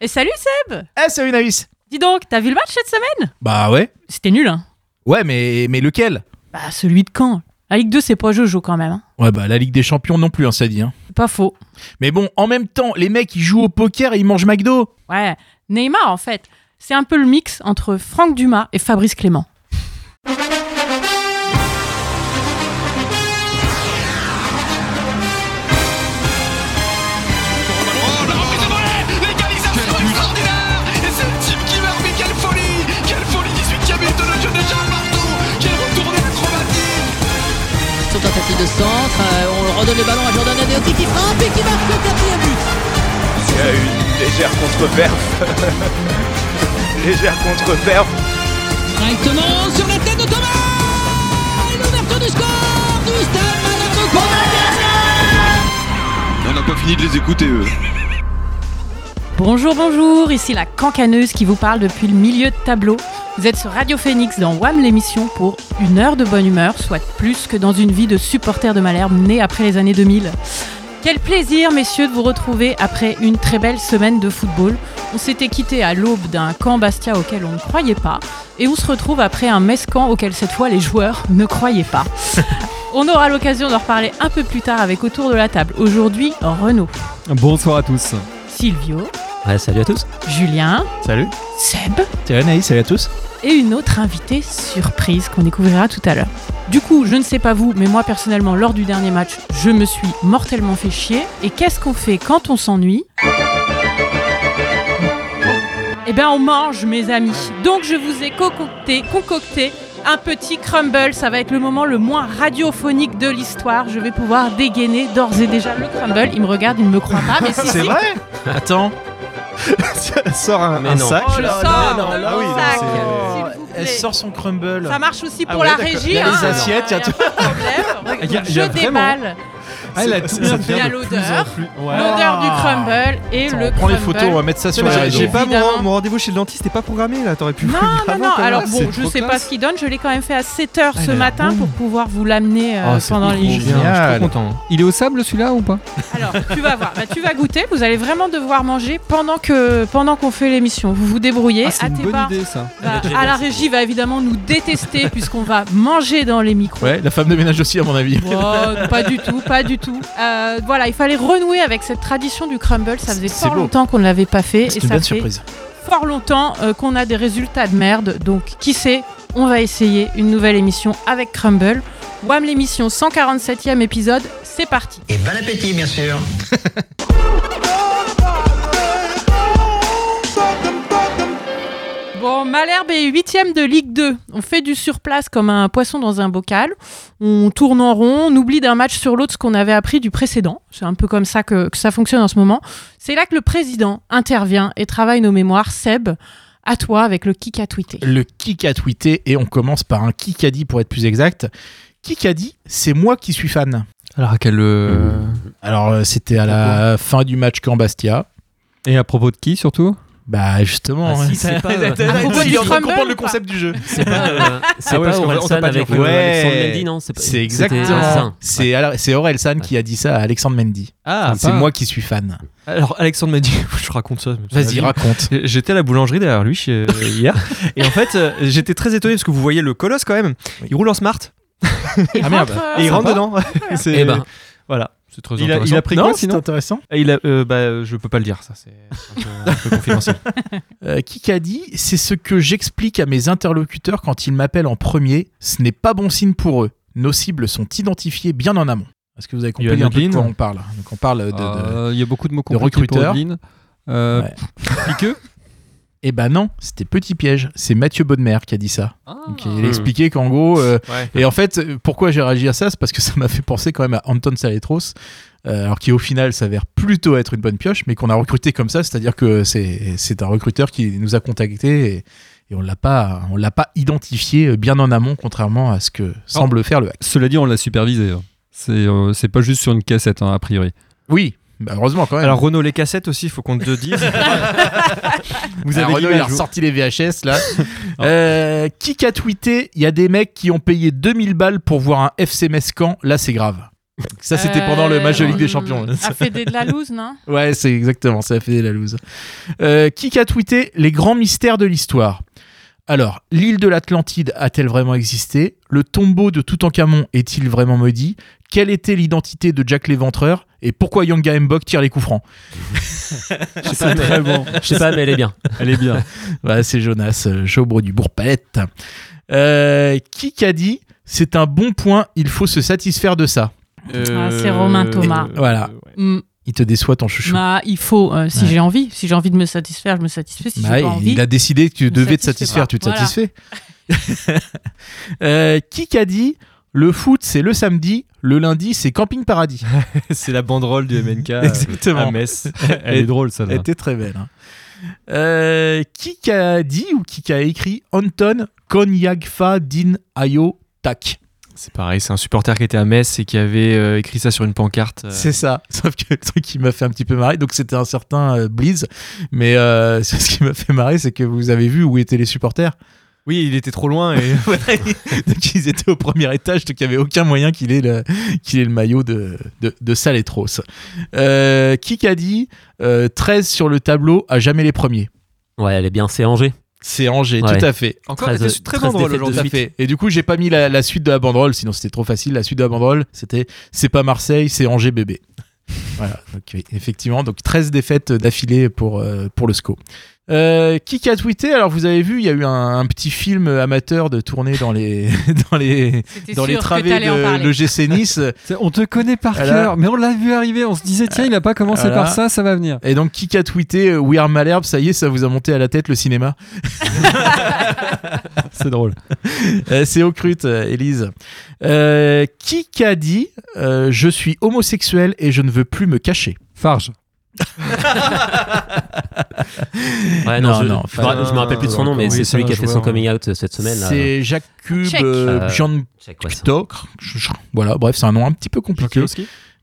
Et salut Seb Eh, salut Naïs Dis donc, t'as vu le match cette semaine Bah ouais. C'était nul, hein Ouais, mais, mais lequel Bah celui de Caen. La Ligue 2, c'est pas Jojo quand même. hein. Ouais, bah la Ligue des Champions non plus, hein, ça dit. Hein. C'est pas faux. Mais bon, en même temps, les mecs, ils jouent au poker et ils mangent McDo. Ouais, Neymar en fait, c'est un peu le mix entre Franck Dumas et Fabrice Clément. Oh, la reprise de volée L'égalisation extraordinaire Et c'est le type qui marque, mais quelle folie Quelle folie 18 e minute de jeu de Charles partout Quelle retournée acrobatique Son tentative de centre, euh, on redonne le ballon à Jordan Adeoti qui frappe et qui marque le quatrième but. Il y a Euh, une légère contre-perf. légère contre-perf. Directement sur la tête de Thomas Et l'ouverture du score du Stade Malakoko On n'a pas fini de les écouter, eux. Bonjour, bonjour, ici la cancaneuse qui vous parle depuis le milieu de tableau. Vous êtes sur Radio Phoenix dans WAM l'émission pour une heure de bonne humeur, soit plus que dans une vie de supporter de Malherbe né après les années 2000. Quel plaisir, messieurs, de vous retrouver après une très belle semaine de football. On s'était quitté à l'aube d'un camp Bastia auquel on ne croyait pas, et on se retrouve après un Metz-Camp auquel cette fois les joueurs ne croyaient pas. On aura l'occasion d'en reparler un peu plus tard avec autour de la table. Aujourd'hui, Renaud, Bonsoir à tous. Silvio, Ouais, salut à tous. Julien, Salut. Seb Salut Naïs, salut à tous. et une autre invitée surprise qu'on découvrira tout à l'heure. Du coup, je ne sais pas vous, mais moi personnellement, lors du dernier match, je me suis mortellement fait chier. Et qu'est-ce qu'on fait quand on s'ennuie Eh bien, on mange, mes amis. Donc, je vous ai concocté, concocté un petit crumble. Ça va être le moment le moins radiophonique de l'histoire. Je vais pouvoir dégainer d'ores et déjà le crumble. Il me regarde, il ne me croit pas, mais si, si, vrai Attends. Sort un, Mais un non. sac. je là sors là, de là, oui, mon donc sac, c'est- s'il vous Elle plaît. sort son crumble. Ça marche aussi Ah pour ouais, la d'accord. régie. Il y a hein, les assiettes, il y a il y a pas de problème. Il y a- il y Je a vraiment- déballe Ah, elle a tout Il bien y a fait. de plus en l'odeur. plus. Ouais. l'odeur du crumble et Attends, le on prend les crumble. photos, on va mettre ça sur les j'ai- J'ai réseaux. j'ai pas Évidemment. mon, mon rendez-vous chez le dentiste, c'était pas programmé là, t'aurais pu. Non, non, non. hein. Alors bon, je sais pas ce qui. qu'il donne. Je l'ai quand même fait à 7 h Ah, il ce a l'air matin bon. pour pouvoir vous l'amener euh, pendant les bon. jeux. Je suis Génial. trop content. Il est au sable celui-là ou pas Alors, tu vas voir. Bah, tu vas goûter. Vous allez vraiment devoir manger pendant que pendant qu'on fait l'émission. Vous vous débrouillez. Ah, C'est une Hâtez bonne pas. idée ça. Bah, à la régie va évidemment nous détester puisqu'on va manger dans les micros. Ouais, la femme de ménage aussi, à mon avis. Wow, pas du tout, pas du tout. Euh, voilà, il fallait renouer avec cette tradition du crumble. Ça faisait C'est fort beau. longtemps qu'on ne l'avait pas fait. Et C'est une ça bonne fait surprise. fort longtemps euh, qu'on a des résultats de merde. Donc, qui sait, on va essayer une nouvelle émission avec crumble. Wham l'émission 147e épisode, c'est parti. Et bon appétit, bien sûr. Bon, Malherbe est huitième de Ligue 2. On fait du surplace comme un poisson dans un bocal. On tourne en rond, on oublie d'un match sur l'autre ce qu'on avait appris du précédent. C'est un peu comme ça que, que ça fonctionne en ce moment. C'est là que le président intervient et travaille nos mémoires. Seb, à toi avec le kick à tweeter. Le kick a tweeté et on commence par un kick a dit pour être plus exact. Kick a dit, c'est moi qui suis fan. Alors à quel. euh, Alors euh, c'était à la fin du match Camp Bastia. Et à propos de qui surtout Bah justement. Ah, ouais. si, c'est pas, euh, À propos du Il est en train crumble de comprendre ou le pas concept du jeu. c'est pas, euh, c'est Ah ouais, pas parce qu'on- on Orelsan t'a pas dit, avec en fait. euh, Ouais. Alexandre Mendy, non pas- C'est c'était exactement. Orelsan. C'est Al- c'est Orelsan qui a dit ça à Alexandre Mendy. Ah, c'est moi qui suis fan. Alors Alexandre m'a dit, je raconte ça. mais c'est Vas-y, la vie. raconte. J'étais à la boulangerie derrière lui chez- euh, hier et en fait euh, j'étais très étonné parce que vous voyez le colosse quand même. Oui. Il roule en smart Il Ah, rentre, merde. euh, et il sympa. rentre dedans. Et c'est- Eh ben. voilà. C'est très Il a, il a pris quoi sinon intéressant. Et il a, euh, bah, euh, je peux pas le dire, ça c'est un peu- un peu confidentiel. Euh, Kik a dit C'est ce que j'explique à mes interlocuteurs quand ils m'appellent en premier. Ce n'est pas bon signe pour eux. Nos cibles sont identifiées bien en amont. Est-ce que vous avez compris Johan un peu de Levin. quoi on parle Donc on parle de. de- Euh, Il y a beaucoup de mots compliqués recruteur. pour Lynn. Euh, Ouais. Piqueux Eh ben non, c'était petit piège. C'est Mathieu Baudemer qui a dit ça. Donc, il Hmm. a expliqué qu'en gros. euh, Ouais. et en fait, euh, pourquoi j'ai réagi à ça C'est parce que ça m'a fait penser quand même à Anton Saletros, euh, alors qui au final s'avère plutôt être une bonne pioche, mais qu'on a recruté comme ça, c'est-à-dire que c'est c'est un recruteur qui nous a contactés et, et on l'a pas on l'a pas identifié euh, bien en amont, contrairement à ce Oh. que semble faire le hack. Cela dit, on l'a supervisé. hein. C'est euh, c'est pas juste sur une cassette, hein, a priori. Oui, bah, heureusement quand même. Alors, Renault, les cassettes aussi, il faut qu'on te le dise. Vous Alors, avez Renaud, il a ressorti les VHS là. euh, qui a tweeté Il y a des mecs qui ont payé 2000 balles pour voir un FC Metz Caen. Là, c'est grave. Ça, c'était pendant le match de Ligue des Euh, Champions. A fait des de la loose, non Ouais, c'est exactement, ça a fait la loose. Euh, qui a tweeté les grands mystères de l'histoire Alors, l'île de l'Atlantide a-t-elle vraiment existé Le tombeau de Toutankhamon est-il vraiment maudit Quelle était l'identité de Jack l'Éventreur Et pourquoi Yanga Mbok tire les coups francs Je sais pas, mais- Je sais pas, mais elle est bien. Elle est bien. voilà, c'est Jonas, euh, Jobre du Bourg-Palette. Euh, qui a dit c'est un bon point, il faut se satisfaire de ça Ah, c'est Romain Thomas. Voilà. Hmm, Il te déçoit ton chouchou. bah, il faut, euh, si Ouais. j'ai envie, si j'ai envie de me satisfaire, je me satisfais. Si Bah, j'ai il- pas envie, il a décidé que tu me devais te satisfais satisfaire, pas. tu te Voilà. satisfais. Euh, qui a dit le foot c'est le samedi, le lundi c'est camping paradis. c'est la banderole du MNK euh, Exactement. à Metz. Elle est Et- drôle, ça. Elle était très belle. hein. Euh, qui a dit ou qui a écrit Anton Konyagfa Din Ayo Tak. C'est pareil, c'est un supporter qui était à Metz et qui avait euh, écrit ça sur une pancarte. euh, C'est ça. Sauf que le truc qui m'a fait un petit peu marrer, donc c'était un certain euh, Blizz, mais euh, ce qui m'a fait marrer, c'est que vous avez vu où étaient les supporters. Oui, il était trop loin et Voilà, ils- donc ils étaient au premier étage, donc il n'y avait aucun moyen qu'il ait le, qu'il ait le maillot de, de, de Saletros. Euh, qui a dit euh, 13 sur le tableau, à jamais les premiers Ouais, elle est bien, c'est Angers. C'est Angers, Ouais. tout à fait. encore Treize- elle était très treize banderole défaites de Tout à aujourd'hui. suite. fait. Et du coup, j'ai pas mis la, la suite de la banderole, sinon c'était trop facile. La suite de la banderole, c'était c'est pas Marseille, c'est Angers bébé. voilà, donc oui, effectivement, donc 13 défaites d'affilée pour, euh, pour le SCO. Euh, qui a tweeté Alors vous avez vu, il y a eu un, un petit film amateur de tournée dans les dans les c'était dans les sûr que travées t'allais en de parler. l'OGC Nice. C'est- On te connaît par Voilà. cœur, mais on l'a vu arriver. On se disait, tiens, il a pas commencé Voilà. par ça, ça va venir. Et donc qui a tweeté euh, We Are Malherbe Ça y est, ça vous a monté à la tête le cinéma. C'est drôle. Euh, c'est au crut, euh, Élise. Euh, qui a dit euh, Je suis homosexuel et je ne veux plus me cacher. Farge. Ouais, non, Non, je, non, je me ra- je me rappelle plus de son nom, mais Oui, c'est c'est celui un qui a fait son joueur. coming out euh, cette semaine. là. C'est Jacques Cube, Tchèque. euh, Euh, Bjan C'est quoi, ça Ktok. Voilà, bref, c'est un nom un petit peu compliqué.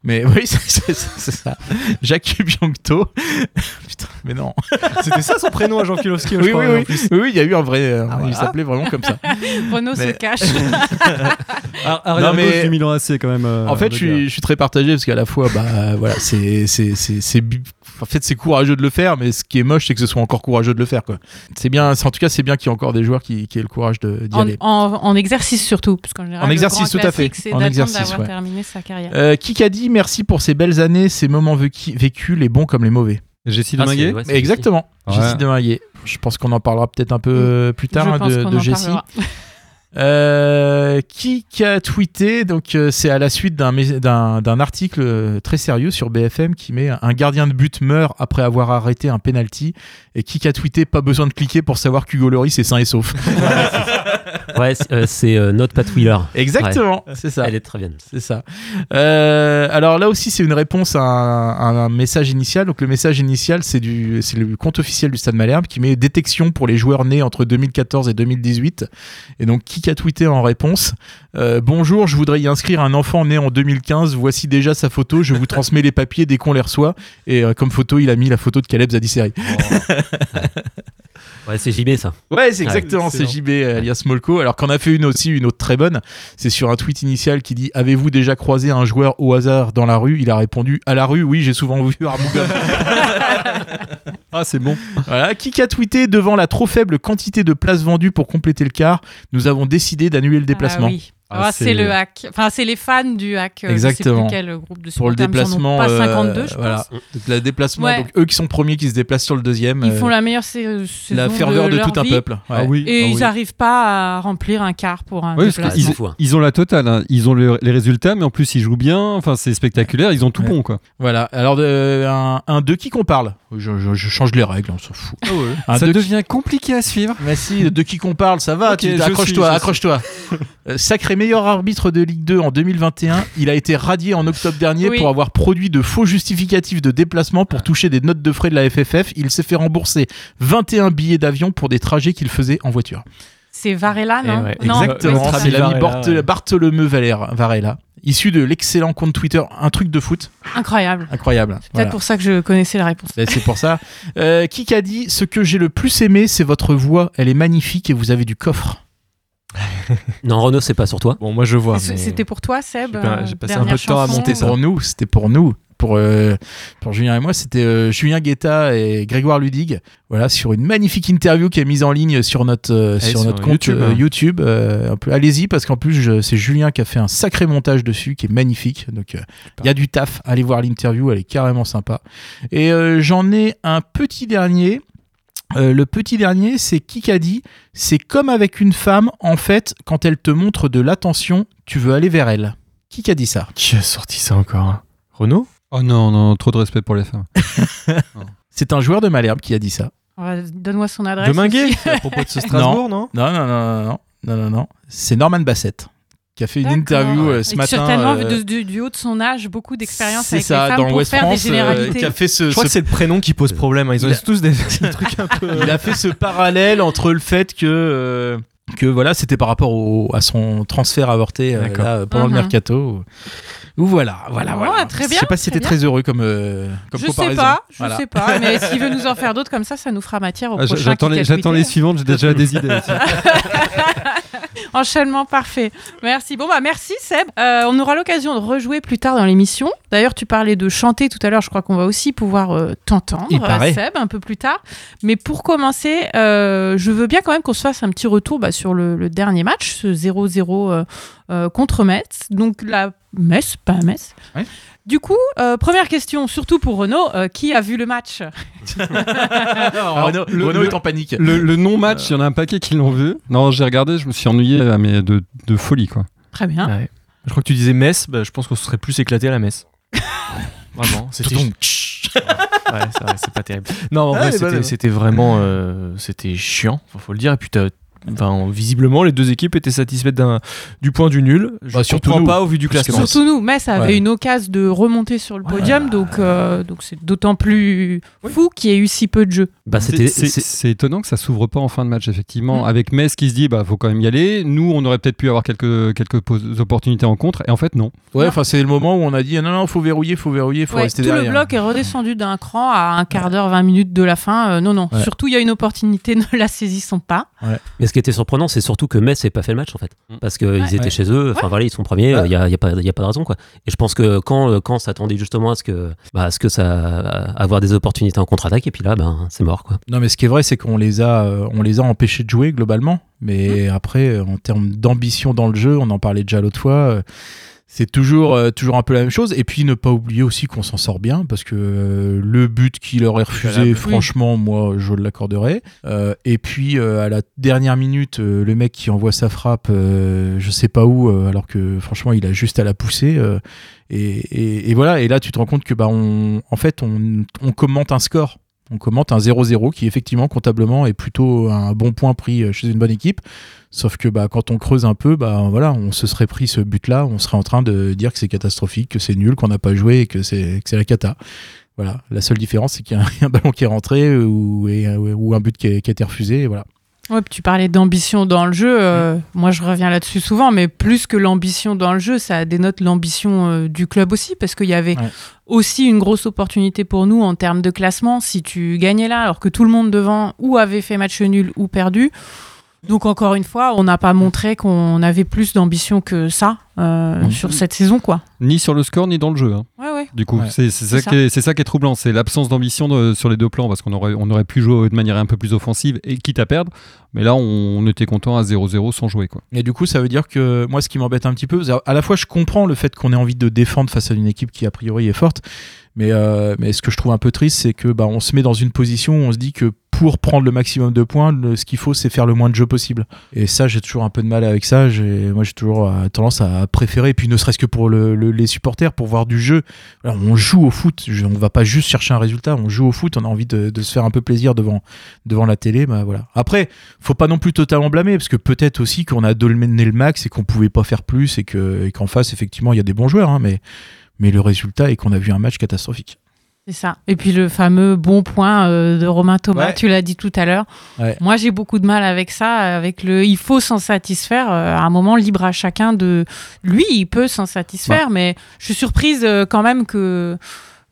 Mais oui, c'est- c'est c'est- c'est ça. Jacques Cube Bjan Ktok. Putain, mais non. C'était ça son prénom à Jean Kulowski, Oui, oui, oui. Oui, oui, il y a eu un vrai. euh, Il voilà. s'appelait vraiment comme ça. Renault se Mais- cache. Arrière mais- gauche du Milan AC quand même. euh, En fait, Bah, je suis, je suis très partagé parce qu'à la fois, bah euh, voilà, c'est c'est c'est c'est bu- en fait c'est courageux de le faire, mais ce qui est moche, c'est que ce soit encore courageux de le faire quoi. C'est bien, c'est- en tout cas, c'est bien qu'il y ait encore des joueurs qui, qui aient le courage de- d'y En, aller. en- en exercice surtout, parce qu'en général, En le exercice, grand tout à fait. classique, C'est En d'attendre exercice, d'avoir ouais. terminé sa carrière. Euh, qui a dit merci pour ces belles années, ces moments vécu- vécus, les bons comme les mauvais. Jessie Ah, c'est- Deminguet ouais, c'est Exactement. Ouais. Jessie Deminguet. Je pense qu'on en parlera peut-être un peu euh, plus tard Mm. Je hein, pense de, qu'on de en Jessie. parlera. Euh, qui qui a tweeté Donc euh, c'est à la suite d'un mé- d'un d'un article euh, très sérieux sur BFM qui met un gardien de but meurt après avoir arrêté un penalty et qui qui a tweeté pas besoin de cliquer pour savoir qu'Hugo Loris est sain et sauf. Jessie. Ouais, c'est, euh, c'est euh, Not Pat Wheeler. Exactement, c'est ça. Elle est très bien. C'est ça. Euh, alors là aussi, c'est une réponse à un, à un message initial. Donc le message initial, c'est du, c'est le compte officiel du Stade Malherbe qui met détection pour les joueurs nés entre 2014 et 2018. Et donc qui a tweeté en réponse euh, Bonjour, je voudrais y inscrire un enfant né en 2015. Voici déjà sa photo. Je vous transmets les papiers dès qu'on les reçoit. Et euh, comme photo, il a mis la photo de Caleb Zadisseri. Ouais, c'est JB ça. Ouais, c'est Ouais, exactement, c'est excellent. JB euh, alias Molko. Alors qu'on a fait une aussi, une autre très bonne. C'est sur un tweet initial qui dit Avez-vous déjà croisé un joueur au hasard dans la rue Il a répondu À la rue, oui, j'ai souvent vu Armougom. Ah, c'est bon. voilà, qui a tweeté Devant la trop faible quantité de places vendues pour compléter le quart, nous avons décidé d'annuler le déplacement. Ah oui. Ah, c'est le hack. Enfin, c'est les fans du hack. euh, Je sais plus Exactement. quel euh, groupe de Pour le supporters, mais ils en ont déplacement. Pas euh, 52, je voilà. pense. Le déplacement, Ouais. donc eux qui sont premiers qui se déplacent sur le deuxième. Ils euh, font la meilleure sa- saison la ferveur de, leur tout un vie, peuple. Ah Ouais. oui. Et ah ils oui. n'arrivent pas à remplir un quart pour un Oui, parce déplacement. Ah, qu'ils- c'est fou, hein. Ils ont la totale. hein. Ils ont le- les résultats, mais en plus, ils jouent bien. Enfin, c'est spectaculaire. Ils ont tout Ouais. bon, quoi. Voilà. Alors, euh, un, un de qui qu'on parle je, je- je change les règles, on s'en fout. Un ça de qui- devient compliqué à suivre. Mais si, de qui qu'on parle, ça va, Ok, tu- je accroche-toi, suis, je accroche-toi. Euh, Sacré meilleur arbitre de Ligue 2 en 2021, il a été radié en octobre dernier Oui. pour avoir produit de faux justificatifs de déplacement pour toucher des notes de frais de la FFF. Il s'est fait rembourser 21 billets d'avion pour des trajets qu'il faisait en voiture. C'est Varela, non ouais, Non, Exactement, oui, c'est c'est ça. l'ami Varela, Barthe- ouais. Bartholomew Valère- Varela, issu de l'excellent compte Twitter Un truc de foot, Incroyable. incroyable. C'est peut-être Voilà. pour ça que je connaissais la réponse. Ben, c'est pour ça. Euh, qui a dit Ce que j'ai le plus aimé, c'est votre voix. Elle est magnifique et vous avez du coffre. Non, Renault, c'est pas sur toi. Bon, moi je vois. C'est- mais- C'était pour toi, Seb J'ai pas- euh, j'ai passé un dernière peu de temps à chanson. monter C'était pour nous, c'était pour nous. Pour, euh, pour Julien et moi, c'était euh, Julien Guetta et Grégoire Ludig. Voilà, sur une magnifique interview qui est mise en ligne sur notre, euh, sur sur notre compte YouTube, YouTube. YouTube hein. Euh, un peu- Allez-y, parce qu'en plus, je- c'est Julien qui a fait un sacré montage dessus qui est magnifique. Donc, euh, il y a du taf. Allez voir l'interview, elle est carrément sympa. Et euh, j'en ai un petit dernier. Euh, le petit dernier, c'est Kikadi. C'est comme avec une femme, en fait, quand elle te montre de l'attention, tu veux aller vers elle. Qui a dit ça Qui a sorti ça encore hein Renault Oh non, non, trop de respect pour les femmes. C'est un joueur de Malherbe qui a dit ça. Ouais, Donne-moi son adresse. Deminguet aussi. À propos de ce Strasbourg, non, Non, non, non, non, non, non, non, non. C'est Norman Bassett qui a fait une D'accord. interview euh, Et ce matin. Certainement, euh, de- du, du haut de son âge, beaucoup d'expérience c'est avec ça, les femmes dans pour West faire France, des généralités. euh, qui a fait ce, Je crois que ce- c'est le prénom qui pose problème. hein. Ils ont Il a- tous des des trucs un peu. il a fait ce parallèle entre le fait que euh, que voilà, c'était par rapport au- à son transfert avorté euh, D'accord. là, euh, pendant le Mhm. mercato. Ou voilà, voilà, Oh, voilà. très Je bien, sais pas si très c'était bien. très heureux comme euh, comme je sais comparaison. pas, je Voilà. sais pas, mais s'il veut nous en faire d'autres comme ça, ça nous fera matière au Ah, j- prochain. J'attends les, Kit j'attends Kat les Weekend. suivantes, j'ai déjà des idées. Enchaînement parfait. Merci. Bon bah merci Seb. Euh, on aura l'occasion de rejouer plus tard dans l'émission. D'ailleurs, tu parlais de chanter tout à l'heure. Je crois qu'on va aussi pouvoir euh, t'entendre, Il paraît. Seb, un peu plus tard. Mais pour commencer, euh, je veux bien quand même qu'on se fasse un petit retour bah, sur le, le dernier match, ce 0-0 euh, euh, contre Metz. Donc la Metz, pas Metz. Ouais. Du coup, euh, première question, surtout pour Renaud, euh, qui a vu le match Ah, Renaud, le- Renaud le- est en panique. Le, le non-match, il y en a un paquet qui l'ont vu. Non, j'ai regardé, je me suis ennuyé, euh, mais de, de folie, quoi. Très bien. Ouais. Je crois que tu disais Metz, bah, je pense qu'on se serait plus éclaté à la Metz. Vraiment, c'était. Toutoum. Ouais, c'est vrai, c'est pas terrible. Non, en Ah, vrai, elle est bonne, c'était- elle. c'était vraiment. euh, c'était chiant, enfin, faut le dire. Et puis, t'as- Enfin, visiblement, les deux équipes étaient satisfaites d'un- du point du nul. Je Bah, surtout comprends nous. pas au vu du Parce que classement. Surtout nous, Metz avait Ouais. une occasion de remonter sur le podium, donc euh, donc c'est d'autant plus fou qu'il y ait eu si peu de jeux. Bah, c'était. C'est- C'est c'est- c'est étonnant que ça s'ouvre pas en fin de match, effectivement. Mm. Avec Metz qui se dit, bah, faut quand même y aller. Nous, on aurait peut-être pu avoir quelques, quelques pos- opportunités en contre. Et en fait, non. Ouais, enfin c'est le moment où on a dit ah, non non, faut verrouiller, faut verrouiller, faut Ouais, rester tout derrière. le bloc est redescendu d'un cran à un quart d'heure, 20 minutes de la fin. Euh, non, non, Ouais. surtout il y a une opportunité, ne la saisissons pas. Mais ce qui était surprenant, c'est surtout que Metz n'ait pas fait le match, en fait. Parce qu'ils étaient Mm. Ouais. chez eux, enfin voilà, ils sont premiers, il Ouais. n'y a, y a pas y a pas de raison, quoi. Et je pense que quand, euh, quand s'attendait justement à ce que, bah, à ce que ça. à avoir des opportunités en contre-attaque, et puis là, ben, c'est mort, quoi. Non, mais ce qui est vrai, c'est qu'on les a, euh, on les a empêchés de jouer globalement. Mais après, euh, en termes d'ambition dans le jeu, on en parlait déjà l'autre fois. euh, c'est toujours, euh, toujours un peu la même chose. Et puis, ne pas oublier aussi qu'on s'en sort bien, parce que euh, le but qui leur est refusé, Valable. franchement, moi, je l'accorderais. Euh, et puis, euh, à la dernière minute, euh, le mec qui envoie sa frappe, euh, je sais pas où, euh, alors que franchement, il a juste à la pousser. euh, et, et- et voilà. Et là, tu te rends compte que, bah, on, en fait, on, on commente un score. On commente un 0-0 qui, effectivement, comptablement, est plutôt un bon point pris euh, chez une bonne équipe. Sauf que bah, quand on creuse un peu, bah, voilà, on se serait pris ce but-là, on serait en train de dire que c'est catastrophique, que c'est nul, qu'on n'a pas joué et que c'est que c'est la cata. Voilà, la seule différence, c'est qu'il y a un, un ballon qui est rentré ou, et- ou un but qui, est- qui a été refusé. et voilà. Ouais, puis tu parlais d'ambition dans le jeu. euh, Moi, je reviens là-dessus souvent, mais plus que l'ambition dans le jeu, ça dénote l'ambition euh, du club aussi, parce qu'il y avait Ouais. aussi une grosse opportunité pour nous en termes de classement si tu gagnais là, alors que tout le monde devant ou avait fait match nul ou perdu. Donc encore une fois, on n'a pas montré qu'on avait plus d'ambition que ça euh, Mhm. sur cette saison, quoi. Ni sur le score, ni dans le jeu. hein. Ouais, ouais. Du coup, Ouais. c'est c'est C'est ça, ça. qui est- c'est ça qui est troublant, c'est l'absence d'ambition de- sur les deux plans, parce qu'on aurait, on aurait pu jouer de manière un peu plus offensive, et quitte à perdre, mais là, on, était content à 0-0 sans jouer. Quoi. Et du coup, ça veut dire que moi, ce qui m'embête un petit peu, c'est à la fois, je comprends le fait qu'on ait envie de défendre face à une équipe qui, a priori, est forte. Mais, euh, mais ce que je trouve un peu triste, c'est que bah, on se met dans une position où on se dit que pour prendre le maximum de points, le- ce qu'il faut, c'est faire le moins de jeux possible. Et ça, j'ai toujours un peu de mal avec ça. J'ai- Moi, j'ai toujours euh, tendance à préférer, et puis ne serait-ce que pour le- le- les supporters, pour voir du jeu. Voilà, on joue au foot, Je- on va pas juste chercher un résultat, on joue au foot, on a envie de, de se faire un peu plaisir devant, devant la télé. Bah, voilà. Après, faut pas non plus totalement blâmer, parce que peut-être aussi qu'on a dolmené le max et qu'on pouvait pas faire plus, et que- et qu'en face, effectivement, il y a des bons joueurs, hein, mais, mais le résultat est qu'on a vu un match catastrophique. C'est ça. Et puis le fameux bon point euh, de Romain Thomas, Ouais. tu l'as dit tout à l'heure. Ouais. Moi, j'ai beaucoup de mal avec ça, avec le il faut s'en satisfaire. euh, à un moment, libre à chacun de. Lui, il peut s'en satisfaire, mais je suis surprise euh, quand même que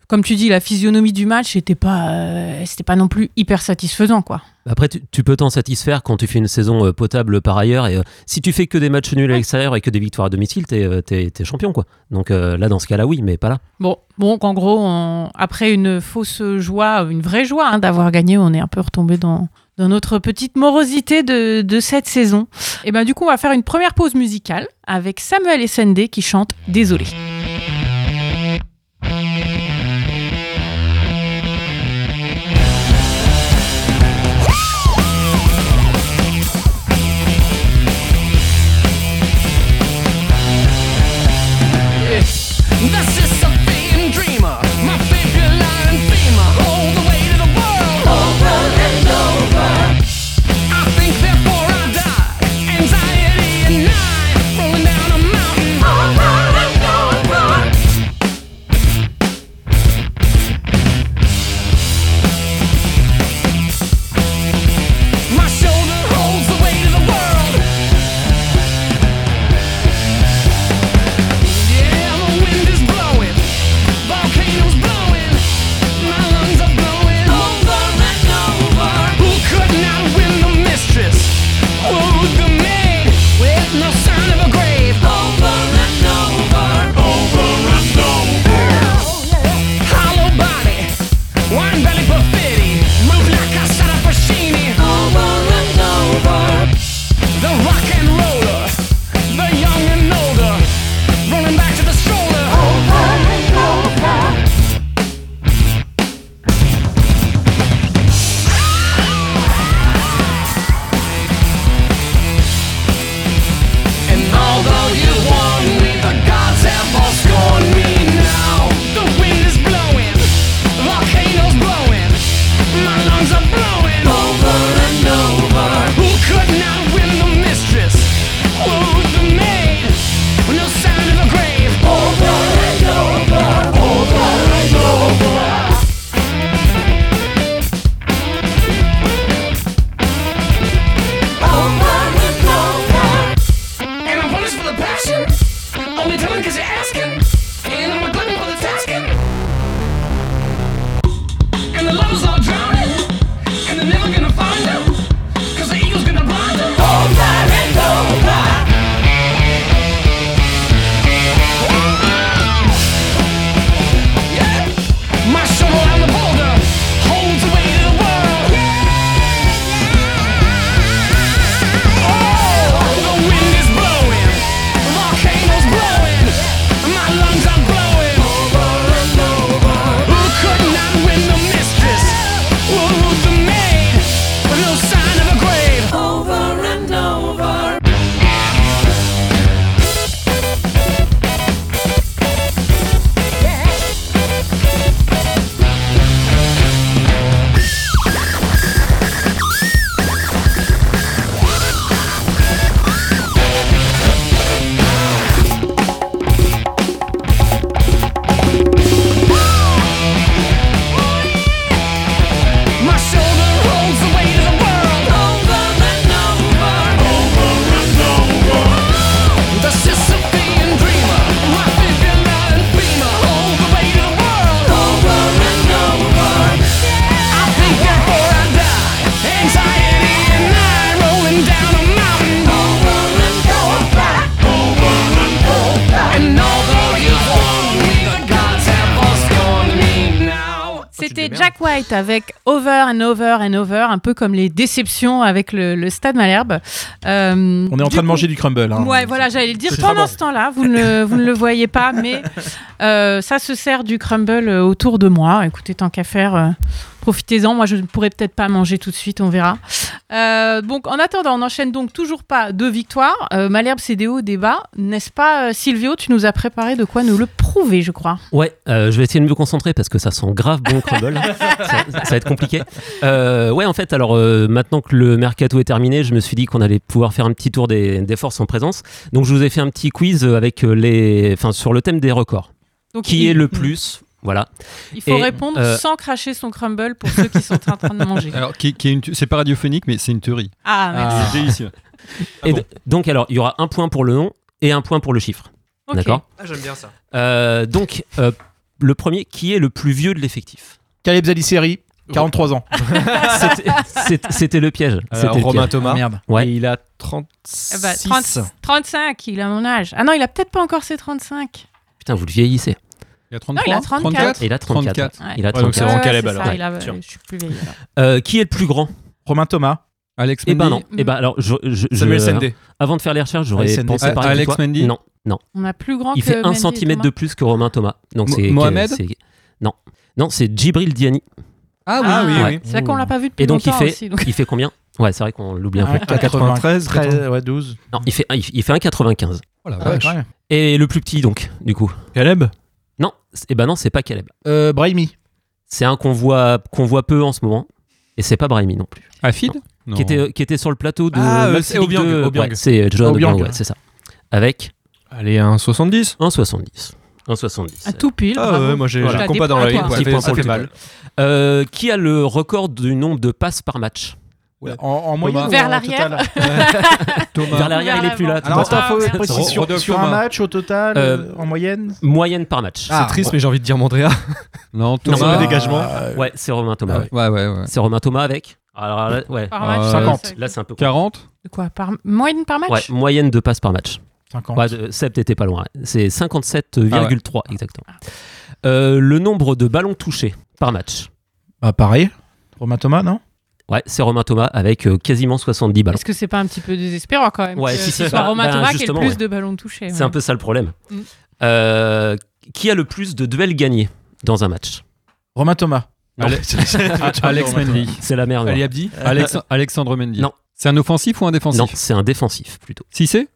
comme tu dis, la physionomie du match n'était pas, euh, c'était pas non plus hyper satisfaisant, quoi. Après, tu, tu peux t'en satisfaire quand tu fais une saison euh, potable par ailleurs. Et euh, si tu fais que des matchs nuls à l'extérieur et que des victoires à domicile, t'es euh, t'es- t'es champion, quoi. Donc euh, là, dans ce cas-là, oui, mais pas là. Bon, bon, en gros, on- après une fausse joie, une vraie joie hein, d'avoir gagné, on est un peu retombé dans, dans notre petite morosité de, de cette saison. Et ben du coup, on va faire une première pause musicale avec Samuel et Sendé qui chante Désolé. This is something dreamer, my favorite line femur, all the way to the world, over and over. I think therefore I die, anxiety and night, rolling down a mountain, over and over. My shoulder holds the weight of the world. Yeah, the wind is blowing, volcanoes blowing, my lungs are blowing over and over. Who could not win the mistress? Who the maid with no sign of a grave? Over and over, over and over. Hollow body, wine belly graffiti, move like a Santa Frascini. Over and over. The rock and roller, the young and older, rolling back to the stroller. Over and over. And although you warned me, the gods have all scorned me now. The wind is blowing, volcanoes blowing, my lungs are blowing. Over and over. Who could not win the mistress? Wooed the maid, with no sign of a grave. Over and over, over and over. Over and over. And I'm punished for the passion. Only telling cause you're asking. And I'm a glutton for the tasking. And the lovers all drowning. And they're never gonna find them. Cause the eagle's gonna blind them. Over and over. Yeah. My shovel on the boulder holds the weight of the world. Over and over. My shoulder holds the weight of the world over and over, over and over. The Sisyphean dreamer, my figure and femur, hold the weight of the world over and over. I think before I die, anxiety and I rolling down a mountain over and over, over and over. And although you warned me, the gods have all scorned me now. C'était Jack White avec Over and Over and Over, un peu comme les déceptions avec le, le Stade Malherbe. Euh, On est en du train de coup- manger du crumble. hein. Ouais, voilà, j'allais le dire. C'est très Pendant bon. ce temps-là, vous ne, vous ne le voyez pas, mais euh, ça se sert du crumble euh, autour de moi. Écoutez, tant qu'à faire, euh, profitez-en. Moi, je ne pourrais peut-être pas manger tout de suite, on verra. Euh, donc, en attendant, on enchaîne donc toujours pas deux victoires. Euh, Malherbe, c'est des hauts, des bas. N'est-ce pas, euh, Silvio Tu nous as préparé de quoi nous le prouver, je crois. Ouais, euh, je vais essayer de me concentrer parce que ça sent grave bon crumble. ça, ça va être compliqué. Euh, ouais, en fait, alors euh, maintenant que le mercato est terminé, je me suis dit qu'on allait pouvoir faire un petit tour des, des forces en présence. Donc je vous ai fait un petit quiz avec euh, les, enfin sur le thème des records. Donc, Qui il, est le plus Mhm. Voilà. il faut et, répondre euh, sans cracher son crumble pour ceux qui sont en train de manger. Alors, qui, qui est une, c'est pas radiophonique, mais c'est une théorie. Ah, merci. C'est délicieux. Ah Et d- donc alors, il y aura un point pour le nom et un point pour le chiffre. Ok. D'accord. Ah, j'aime bien ça. Euh, donc, euh, le premier, qui est le plus vieux de l'effectif Caleb Zaliseri, 43 ans. C'était- c'est- C'était le piège. Alors, C'était le Euh, Romain piège. Thomas. Ah, Merde. Ouais. Et il a Eh 36. ben, 30 35, il a mon âge. Ah non, il a peut-être pas encore ses 35. Putain, vous le vieillissez. Il a Non, 33, il a 34. Il a 34. Ouais. Il a Ouais, donc c'est 34. vraiment Ouais, Caleb, c'est alors. ça, Ouais, il a- tiens. Je suis plus vieille. alors. Euh, qui est le plus grand Romain Thomas. Alex Eh ben Mendy. non. Eh ben alors, je, je- je- Samuel Sende. avant de faire les recherches, j'aurais Alex Mendy. pensé pareil que Alex toi. Mendy. Non, non. On a plus grand Il Oh, que fait Mendy 1 et cm de Thomas. plus que Romain Thomas. Donc Mo- c'est Mohamed c'est- Non, non, c'est Djibril Diani. Ah Ah oui, oui, oui, ouais. oui. C'est vrai qu'on l'a pas vu depuis Et donc il longtemps fait, aussi, donc- il fait combien Ouais, c'est vrai qu'on l'oublie Ah un peu. 93, 13, Ah, ouais, 12. Non, il fait, il fait 1,95. Oh la Ah ouais, vache. quand même. Et le plus petit donc, du coup. Caleb Non, et ben non, c'est pas Caleb. Euh, Brahimi. C'est un qu'on voit, qu'on voit peu en ce moment. Et c'est pas Brahimi non plus. Afid Non. Qui euh, était, qui était sur le plateau de. Ah, euh, Max c'est League Obiang, de- Obiang. ouais, c'est John Obiang, Obiang, ouais, ouais. c'est ça. Avec Allez, un 70 1,70. 1,70. Un tout pile. Ah bravo. ouais, moi j'ai Voilà. j'ai le compas dans l'œil. Des points, Ça des fait- points Ça pour fait le mal. Euh, qui a le record du nombre de passes par match En, en moyenne. Vers ou en l'arrière. total Thomas. Vers l'arrière, il est plus là. Alors Thomas. attends, faut merde. préciser Ro- sur, Rodolphe sur Thomas. un match au total, Euh, euh, en moyenne. Moyenne par match. Ah, C'est triste, mais j'ai envie de dire Mandrea. Non, Non, Thomas. le dégagement. euh, Ouais, c'est Romain Thomas. Ah Ouais, ouais. ouais, ouais. C'est Romain Thomas avec. Alors là, ouais. Par match, Euh, 50. Là, c'est un peu. 40 De quoi par... Moyenne par match Ouais, moyenne de passes par match. 50. Ouais, de- Seb, t'étais pas loin. C'est 57,3 exactement. Euh, le nombre de ballons touchés par match. Bah, pareil. Romain Thomas, non Ouais, c'est Romain Thomas avec euh, quasiment 70 ballons. Est-ce que c'est pas un petit peu désespérant quand même Ouais, que si, ce si, soit bah, Romain bah, Thomas qui ait le justement, plus ouais. de ballons touchés C'est ouais. un peu ça le problème. Mm. Euh, qui a le plus de duels gagnés dans un match Romain Thomas. Non. Ah, Alex Mendy. C'est la merde. hein. Ali Abdi Alex- Alexandre Mendy. Non. C'est un offensif ou un défensif Non, c'est un défensif plutôt. Si c'est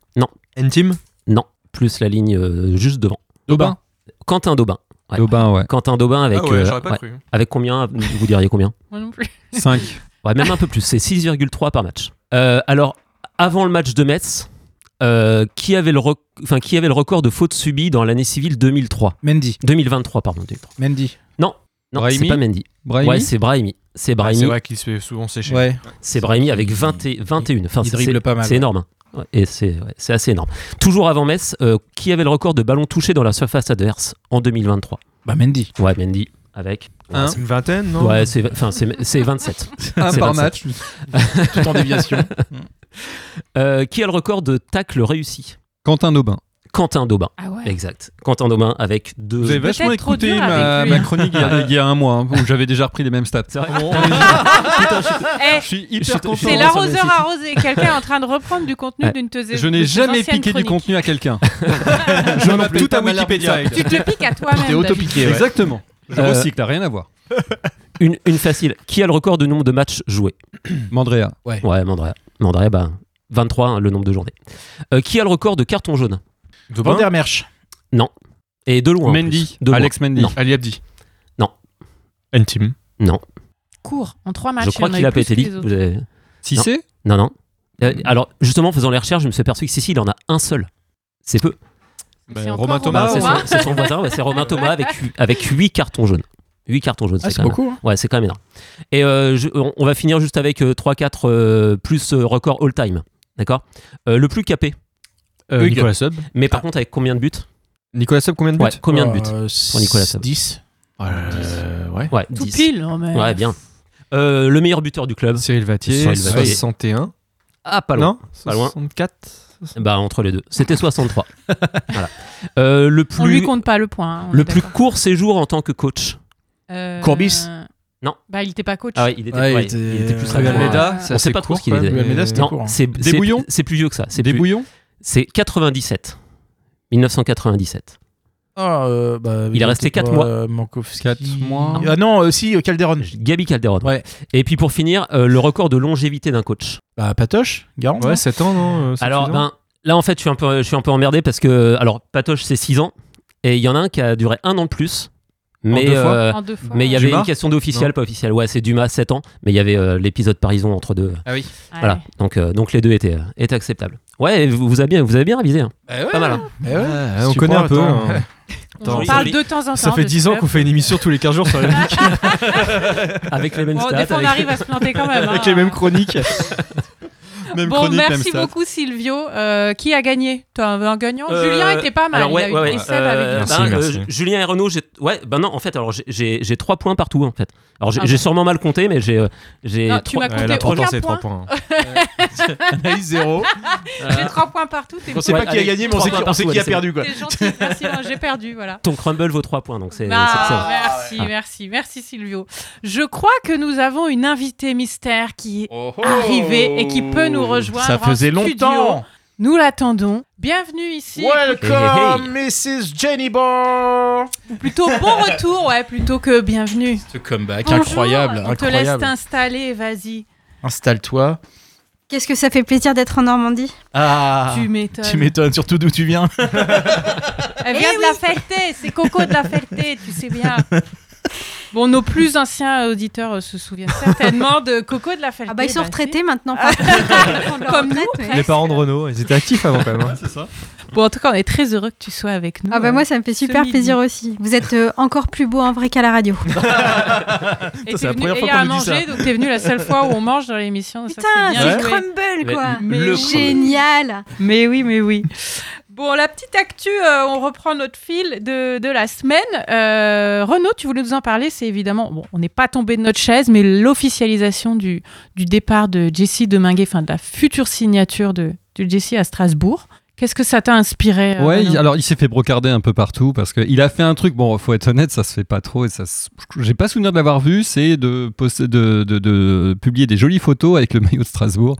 Ntim Non, plus la ligne euh, juste devant. Daubin. Quentin Daubin. Ouais. Daubin, ouais. Quentin Daubin avec, euh, ouais. cru. avec combien Vous diriez combien Moi non plus. 5. Ouais, même un peu plus, c'est 6,3 par match. Euh, alors, avant le match de Metz, euh, qui, avait le rec- enfin, qui avait le record de fautes subies dans l'année civile 2003 Mendy. 2023, pardon. 2023. Mendy. Non, Brahimi c'est pas Mendy. Brahimi Ouais, c'est Brahimi. C'est Brahimi, C'est vrai qu'il se fait souvent sécher. Ouais. c'est Brahimi avec 20 et- 21. Enfin, Il Ah, c'est- dribble pas mal. C'est énorme. hein. Ouais, et c'est ouais, c'est assez énorme. Toujours avant Metz, euh, qui avait le record de ballons touchés dans la surface adverse en 2023 Bah, Mendy. Ouais, Mendy avec. Hein C'est une vingtaine, non Ouais, c'est enfin, c'est- c'est 27. Un C'est par 27. match. Tout en déviation. Euh, qui a le record de tacles réussis Quentin Daubin. Quentin Daubin. Ah ouais. Exact. Quentin Daubin avec deux. Vous avez Peut-être vachement trop écouté dur ma, avec lui, ma chronique il y, a, il y a un mois, hein, où j'avais déjà repris les mêmes stats. C'est vrai Eh, Je suis Je suis- hyper content. c'est la- sur le l'arroseur site. arrosé. Quelqu'un est en train de reprendre du contenu Ouais. d'une de tes Je de n'ai tes jamais anciennes piqué du chroniques. contenu à quelqu'un. Je m'appelle tout pas à Malherbe Wikipédia. direct. Tu te le piques à toi-même. T'es David. autopiqué. ouais. Exactement. Je Euh, recycle, t'as rien à voir. une, une facile. Qui a le record de nombre de matchs joués Mandrea. Ouais, Mandrea. Mandrea, bah, 23, hein, le nombre de journées. Euh, qui a le record de cartons jaunes Daubin Vandermersch. Et de loin. en Mendy. plus. De loin. Alex Mendy. Non. Ali Abdi Non. Ntim Court en trois matchs. Je crois il y Ah, en qu'il eu a plus pété que dit. les Vous autres. avez- Si Non. c'est Non, non. Euh, alors, justement, en faisant les recherches, je me suis aperçu que si, si, il en a un seul. C'est peu. C'est Ben, encore Romain Ah, Thomas, c'est Thomas. son, c'est son voisin, ouais, c'est Romain Thomas avec, hu- avec 8 cartons jaunes. 8 cartons jaunes, Ah, c'est c'est quand même. beaucoup. hein. Ouais, c'est quand même énorme. Et euh, je- on, on va finir juste avec 3-4 plus euh, record all-time. D'accord Euh, Le plus capé. Euh, Hugues. Nicolas Sub. Mais par contre, avec combien de buts Nicolas Sub, combien de buts Ouais, combien de buts Euh, Nicolas Sabat 10. Euh, Ouais. Ouais, Tout 10. pile. oh, mais- Ouais, bien. Euh, le meilleur buteur du club Cyril Vatier, Cyril Vattier. 61. Ah, pas loin. Non Pas loin. 64. Bah, entre les deux. C'était 63. voilà. Euh, le plus, On lui compte pas le point. hein, on le est plus d'accord. court séjour en tant que coach. Euh, Courbis Non. Bah, il était pas coach. Ah ouais, il était, Ouais, il ouais, était- il était plus Très bien. loin. Almeida, On sait pas trop ce qu'il était. Almeida, c'était Non, court, hein. c'est c'est- bouillons c'est plus vieux que ça. C'est Des plus- bouillons C'est 97. 1997. Ah, euh, bah, Il est resté était quatre pas, mois. euh, Mankowski. Quatre mois. Ah non, euh, si, euh, Calderon. Gabi Calderon. Ouais. Et puis pour finir, euh, le record de longévité d'un coach. Bah, Patoche, Garant. Ouais, 7 ans, non euh, sept, Alors huit ans ben, là en fait, je suis un peu, je suis un peu emmerdé parce que alors Patoche c'est 6 ans et il y en a un qui a duré un an de plus. Mais deux fois euh, En deux fois. mais il y avait Dumas une question d'officiel, pas officiel. Ouais, c'est Dumas 7 ans, mais il y avait euh, l'épisode Parison entre deux. euh, Ah Ouais. Voilà. Donc euh, donc les deux étaient euh, étaient acceptables. Ouais, et vous, vous avez bien vous avez bien révisé. hein. Pas mal. hein. Eh ouais. Ouais, Si on tu connaît crois, un peu. attends. hein. On en Attends, parle oui. de temps en temps. Ça fait de 10 ce ans club. qu'on fait une émission tous les 15 jours sur la musique, Avec les mêmes Bon, stats. des fois, on avec- arrive à se planter quand même. avec hein. les mêmes chroniques. Même Bon, merci beaucoup Silvio. Euh, qui a gagné T'as un un gagnant Euh, Julien était pas mal. Alors, ouais, il a eu ouais, et ouais. Seb Euh, avait ben, du- Merci, merci. euh, Julien et Renaud, j'ai- Ouais, ben non, en fait, alors j'ai- j'ai j'ai trois points partout, en fait. Alors j'ai Ah j'ai bon. sûrement mal compté, mais j'ai. euh, j'ai Non, tu trois- m'as compté aucun point. points. Anaïs, zéro. J'ai trois points partout. t'es On sait Ouais, pas qui a allez, gagné, mais on trois sait points qui, on sait partout, qui a allez, c'est perdu, quoi. t'es gentil, merci, hein, j'ai perdu, voilà. Ton crumble vaut trois points, donc c'est. Ah, c'est- c'est- merci, merci, merci Silvio. Je crois que nous avons une invitée mystère qui est arrivée et qui peut nous rejoindre. Oh. Ça en faisait studio. longtemps. Nous l'attendons. Bienvenue ici. Welcome, Mrs. Jenny Ball. Ou plutôt bon retour, ouais, plutôt que bienvenue. Ce comeback Bonjour, incroyable, On te laisse incroyable. t'installer, vas-y. Installe-toi. Qu'est-ce que ça fait plaisir d'être en Normandie Ah, tu m'étonnes. tu m'étonnes, surtout d'où tu viens. Elle vient Eh de la Ferté, c'est Coco de la Ferté, tu sais bien. Bon, nos plus anciens auditeurs euh, se souviennent certainement de Coco de la Ferté. Ah bah ils sont bah, retraités maintenant. pas- prendre leur Comme retraite, nous, mais- presque. Les parents de Renault, ils étaient actifs avant quand même. hein. c'est- Bon, en tout cas, on est très heureux que tu sois avec nous. Ah bah moi ça me fait ce super midi. plaisir aussi. Vous êtes euh, encore plus beau en vrai qu'à la radio. Et c'est t'es la venu première fois et il y a qu'on à nous dit manger, donc t'es venu la seule fois où on mange dans l'émission. ça, Putain, bien c'est joué. crumble quoi. Mais Mais le Génial. Mais oui, mais oui. Bon, la petite actu, euh, on reprend notre fil de, de la semaine. Euh, Renaud, tu voulais nous en parler. C'est évidemment, bon, on n'est pas tombé de notre chaise, mais l'officialisation du, du départ de Jessie Deminguet, enfin de la future signature de, de Jessie à Strasbourg. Qu'est-ce que ça t'a inspiré euh, Ouais, Renaud il- alors il s'est fait brocarder un peu partout parce qu'il a fait un truc. Bon, faut être honnête, ça se fait pas trop. Et ça, se- j'ai pas souvenir de l'avoir vu. C'est de, poster- de, de, de publier des jolies photos avec le maillot de Strasbourg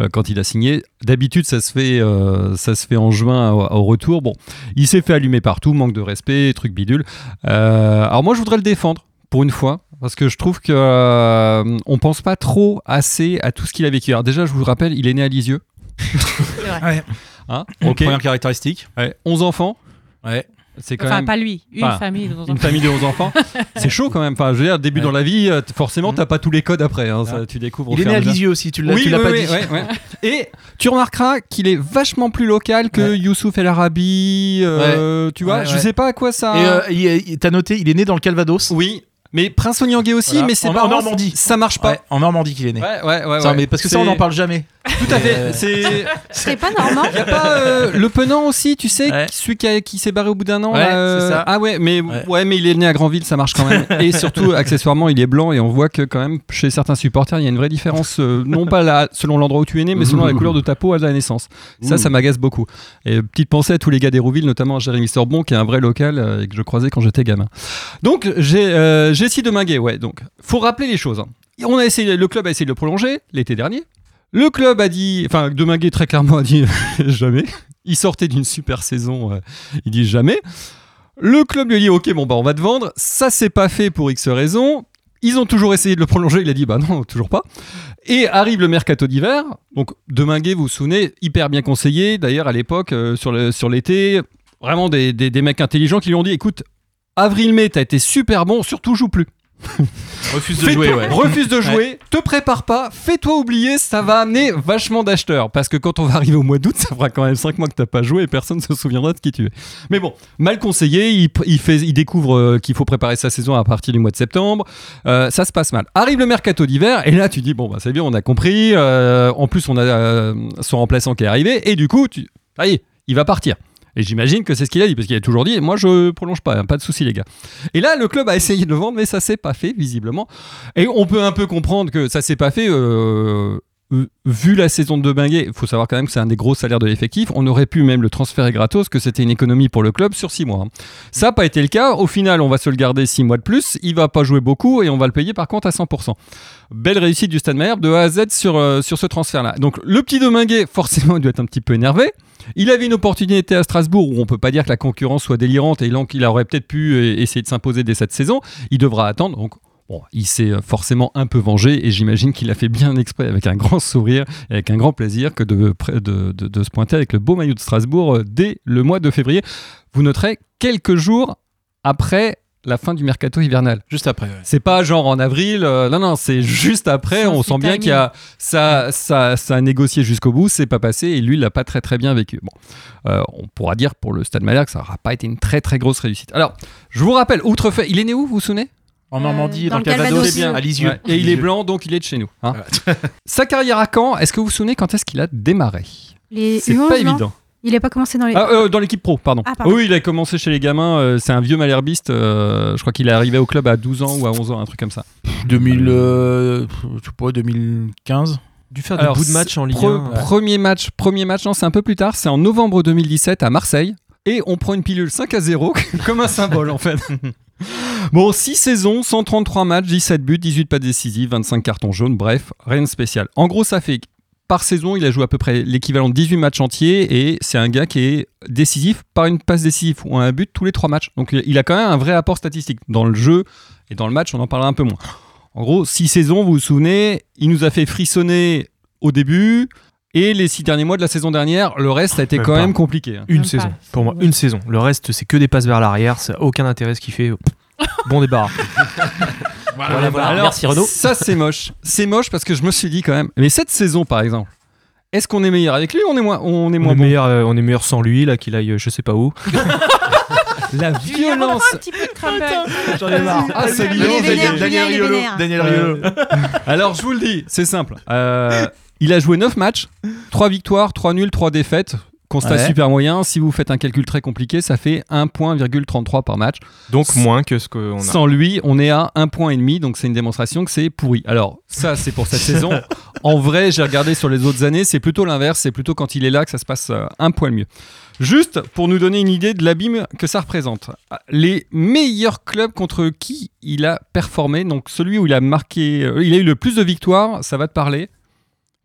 euh, quand il a signé. D'habitude, ça se fait, euh, ça se fait en juin au, au retour. Bon, il s'est fait allumer partout, manque de respect, truc bidule. Euh, alors moi, je voudrais le défendre pour une fois. Parce que je trouve que euh, on pense pas trop assez à tout ce qu'il a vécu. Alors déjà, je vous rappelle, il est né à Lisieux. Ouais. Hein Donc, Ok. Première caractéristique. Ouais, 11 enfants. Ouais. C'est quand Enfin, même pas lui, une Enfin, famille. dont on- une famille de 11 enfants. C'est chaud quand même. Enfin, je veux dire, début Ouais. dans la vie, euh, t- forcément, t'as pas tous les codes après. hein, ça, Ah. tu découvres. au Il est fur né et à mesure. Lisieux aussi, tu l'as Oui, tu l'as oui, pas oui, dit. ouais, ouais. Et tu remarqueras qu'il est vachement plus local que Ouais. Youssouf El Arabi. euh, Tu vois, Ouais, je ouais. sais pas à quoi ça. Et euh, il est- il- t'as noté, il est né dans le Calvados. Oui, mais Prince Onyangue aussi, Voilà. mais c'est En- pas en Normandie. Ça marche pas. Ouais, en Normandie qu'il est né. Ouais, ouais, ouais, Ça, ouais. mais parce que ça, on C'est- n'en parle jamais. Tout à fait. C'est. C'est pas normand. Y a pas euh, le penant aussi, tu sais, Ouais. celui qui, a- qui s'est barré au bout d'un an. Ouais, là, euh, c'est ça. Ah ouais, mais ouais. Ouais. mais il est né à Grandville, ça marche quand même. et surtout, accessoirement, il est blanc et on voit que quand même chez certains supporters, il y a une vraie différence, euh, non pas là, selon l'endroit où tu es né, mais selon la couleur de ta peau à la naissance. Ça, ça m'agace beaucoup. Et petite pensée à tous les gars d'Hérouville, notamment à Jérémy Sorbon, qui est un vrai local euh, et que je croisais quand j'étais gamin. Donc j'ai euh, Jessie Deminguet, ouais. Donc faut rappeler les choses. hein. On a essayé, le club a essayé de le prolonger l'été dernier. Le club a dit, enfin Deminguet très clairement a dit jamais. Il sortait d'une super saison, euh, il dit jamais. Le club lui a dit ok bon bah on va te vendre. Ça c'est pas fait pour X raison. Ils ont toujours essayé de le prolonger, il a dit bah non toujours pas. Et arrive le mercato d'hiver. Donc Deminguet vous vous souvenez hyper bien conseillé d'ailleurs à l'époque euh, sur le sur l'été vraiment des, des- des mecs intelligents qui lui ont dit écoute avril-mai, t'as été super bon, surtout joue plus. Refuse Fais- Refuse de jouer, te prépare pas, fais-toi oublier, ça va amener vachement d'acheteurs. Parce que quand on va arriver au mois d'août, ça fera quand même 5 mois que t'as pas joué et personne ne se souviendra de qui tu es. Mais bon, mal conseillé, il, pr- il fait, il découvre euh, qu'il faut préparer sa saison à partir du mois de septembre. Euh, ça se passe mal. Arrive le mercato d'hiver et là tu dis, bon, bah, c'est bien, on a compris. euh, en plus, on a euh, son remplaçant qui est arrivé et du coup, tu, ça y est, il va partir. Et j'imagine que c'est ce qu'il a dit, parce qu'il a toujours dit, moi je prolonge pas, hein, pas de souci les gars. Et là, le club a essayé de le vendre, mais ça s'est pas fait, visiblement. Et on peut un peu comprendre que ça s'est pas fait. euh, euh, Vu la saison de Benguet, il faut savoir quand même que c'est un des gros salaires de l'effectif. On aurait pu même le transférer gratos, que c'était une économie pour le club sur 6 mois. hein. Ça n'a pas été le cas. Au final, on va se le garder 6 mois de plus. Il va pas jouer beaucoup et on va le payer par contre à 100%. Belle réussite du Stade Malherbe de A à Z sur, euh, sur ce transfert-là. Donc le petit Dominguet, forcément, il doit être un petit peu énervé. Il avait une opportunité à Strasbourg où on peut pas dire que la concurrence soit délirante et donc il aurait peut-être pu euh, essayer de s'imposer dès cette saison. Il devra attendre. Donc Bon, il s'est euh, forcément un peu vengé et j'imagine qu'il a fait bien exprès avec un grand sourire et avec un grand plaisir que de, pré- de- de- de se pointer avec le beau maillot de Strasbourg euh, dès le mois de février. Vous noterez quelques jours après la fin du mercato hivernal. Juste après. ouais. C'est pas genre en avril, euh, non, non, c'est juste C'est après. un On petit sent bien timing. qu'il y a ça, ça, ça a négocié jusqu'au bout, c'est pas passé et lui, il l'a pas très très bien vécu. Bon, euh, on pourra dire pour le Stade Malherbe que ça n'aura pas été une très très grosse réussite. Alors, je vous rappelle, outre fait, il est né où, vous vous souvenez En Normandie, dans, Euh, dans le le Calvados, Calvados. c'est bien, à Lisieux. Ouais. Et il est blanc, donc il est de chez nous. hein. Voilà. Sa carrière à Caen, est-ce que vous vous souvenez quand est-ce qu'il a démarré Les C'est U11, pas non évident. Il n'a pas commencé dans les. Ah, euh, dans l'équipe pro, pardon. Ah, pardon. Oui, il a commencé chez les gamins. euh, c'est un vieux malherbiste. euh, je crois qu'il est arrivé au club à 12 ans ou à 11 ans, un truc comme ça. 2000, euh, je sais pas, 2015. dû faire Alors, des bouts de match en Ligue Pre- 1. Premier match, premier match, non, c'est un peu plus tard. C'est en novembre 2017 à Marseille. Et on prend une pilule 5 à 0 comme un symbole en fait. Bon, 6 saisons, 133 matchs, 17 buts, 18 pas décisives, 25 cartons jaunes, bref, rien de spécial. En gros, ça fait par saison, il a joué à peu près l'équivalent de 18 matchs entiers et c'est un gars qui est décisif par une passe décisive ou un but tous les 3 matchs. Donc il a quand même un vrai apport statistique. Dans le jeu et dans le match, on en parlera un peu moins. En gros, 6 saisons, vous vous souvenez, il nous a fait frissonner au début et les 6 derniers mois de la saison dernière, le reste a été Même quand pas. même compliqué. hein. Même Une pas. saison. Pour moi, une saison. Le reste, c'est que des passes vers l'arrière. Ça n'a aucun intérêt ce qu'il fait. Bon débarras. Voilà, voilà. Alors, Merci Renaud. Ça, c'est moche. C'est moche parce que je me suis dit quand même. Mais cette saison, par exemple, est-ce qu'on est meilleur avec lui ou on est moins, on est On moins est, bon meilleur, euh, on est meilleur sans lui, là, qu'il aille euh, je sais pas où. La violence. un petit peu de crumble. J'en ai marre. Ah, c'est Il est violent, vénère, Daniel. Julien, il est Riolo, vénère. Daniel Euh, Riolo. Alors, je vous le dis, c'est simple. Euh, il a joué 9 matchs, 3 victoires, 3 nuls, 3 défaites. Constat Ouais. super moyen. Si vous faites un calcul très compliqué, ça fait 1,33 par match. Donc moins que ce qu'on a. Sans lui, on est à 1,5 point, et demi, donc c'est une démonstration que c'est pourri. Alors, ça, c'est pour cette saison. En vrai, j'ai regardé sur les autres années, c'est plutôt l'inverse, c'est plutôt quand il est là que ça se passe euh, un poil mieux. Juste pour nous donner une idée de l'abîme que ça représente. Les meilleurs clubs contre qui il a performé, donc celui où il a marqué, euh, il a eu le plus de victoires, ça va te parler.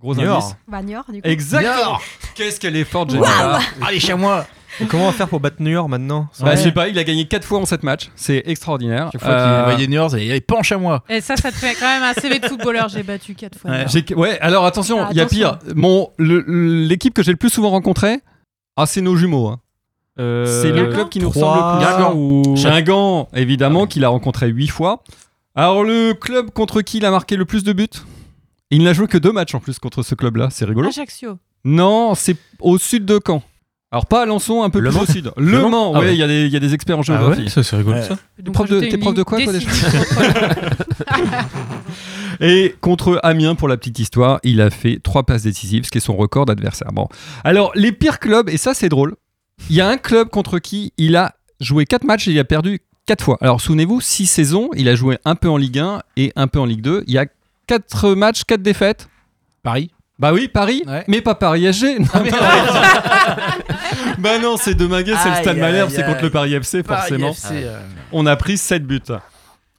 Gros Niort. indice. Bah, Niort, du coup. Exactement. Qu'est-ce qu'elle est forte, Jennifer. Allez, chez moi. Et Comment on va faire pour battre New York maintenant Bah, Je sais pas, il a gagné 4 fois en 7 matchs, c'est extraordinaire. Chaque fois qu'il Euh, voyait New York, il allait penche à moi. Et Eh, ça, ça te fait quand même un CV de footballeur. J'ai battu quatre fois. Ouais. Niort. J'ai- Ouais, alors attention, Ah, il y a pire. attention. Mon le- l'équipe que j'ai le plus souvent rencontrée, ah c'est nos jumeaux. hein. Euh, c'est le Guingamp club qui nous Trois ressemble le plus. Guingamp. Euh, ou Guingamp, évidemment, qu'il a rencontré 8 fois. Alors le club contre qui il a marqué le plus de buts Il n'a joué que deux matchs en plus contre ce club-là, c'est rigolo. Ajaccio. Non, c'est au sud de Caen. Alors pas Alençon, un peu Le plus Mans au sud. Le Mans Mans, Ah ouais, ouais. il y a des- il y, a des experts en Ah géographie. ouais, ça c'est rigolo. Ouais. ça. Donc, prof de- rajouter t'es une prof de ligne quoi, toi, déjà décisive contre- Et contre Amiens, pour la petite histoire, il a fait trois passes décisives, ce qui est son record d'adversaire. Bon. Alors, les pires clubs, et ça c'est drôle, il y a un club contre qui il a joué quatre matchs et il a perdu quatre fois. Alors, souvenez-vous, six saisons, il a joué un peu en Ligue 1 et un peu en Ligue 2. Il y a quatre matchs, quatre défaites. Paris. Bah oui, Paris, Ouais. mais pas Paris SG. Non, mais- bah non, c'est de Maguet, c'est le Stade Aïe, Malherbe, aïe, c'est contre aïe. le Paris FC, forcément Paris FC, euh, on a pris 7 buts.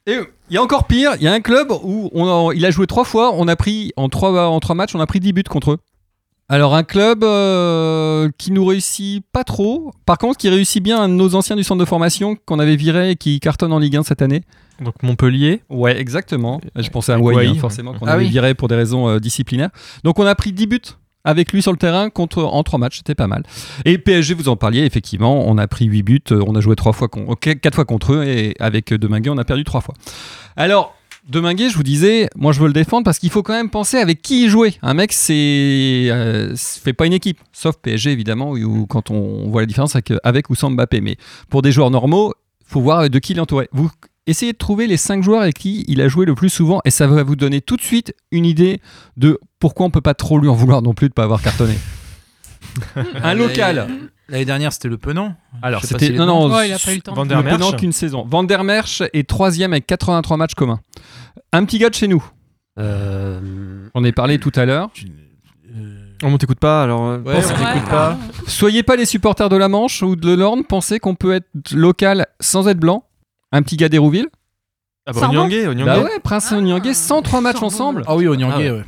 Et euh, il y a encore pire, il y a un club où on a- il a joué 3 fois, on a pris en 3, en trois matchs, on a pris 10 buts contre eux. Alors un club euh, qui nous réussit pas trop, par contre qui réussit bien un de nos anciens du centre de formation qu'on avait viré et qui cartonne en Ligue 1 cette année. Donc Montpellier. Ouais, exactement. Je pensais à Avec Wai, Wai, hein, ouais. forcément, qu'on Ah avait oui. viré pour des raisons euh, disciplinaires. Donc on a pris 10 buts avec lui sur le terrain contre, en 3 matchs, c'était pas mal. Et PSG, vous en parliez, effectivement, on a pris 8 buts, euh, on a joué 3 fois con- euh, qu- 4 fois contre eux, et avec euh, Deminguet, on a perdu 3 fois. Alors, Deminguet, je vous disais, moi je veux le défendre parce qu'il faut quand même penser avec qui il jouait. Un mec, c'est euh, c'est- fait pas une équipe, sauf PSG, évidemment, où, où quand on, on voit la différence avec, euh, avec ou sans Mbappé. Mais pour des joueurs normaux, faut voir de qui il est entouré. Vous essayez de trouver les 5 joueurs avec qui il a joué le plus souvent et ça va vous donner tout de suite une idée de pourquoi on peut pas trop lui en vouloir non plus de pas avoir cartonné. Un local. L'année dernière, c'était le Penant. Alors Je sais pas c'était s'il est non non, Ouais, Oh, il a pas eu le temps. Van ne der Merch. prenant qu'une saison. Van der Merch est troisième avec 83 matchs communs. Un petit gars de chez nous. Euh, On est parlé tout à l'heure. Oh, On ne t'écoute pas alors. euh, Ouais, pense- on Ouais, t'écoute pardon. Soyez pas les supporters de la Manche ou de l'Orne. Pensez qu'on peut être local sans être blanc. Un petit gars d'Hérouville. Ah bah, Sorbonne. Onyangé, Onyangé. Bah ouais, Prince Ah. Onyangé, 103 matchs Sorbonne. ensemble. Ah oui, Onyangé, Ah ouais.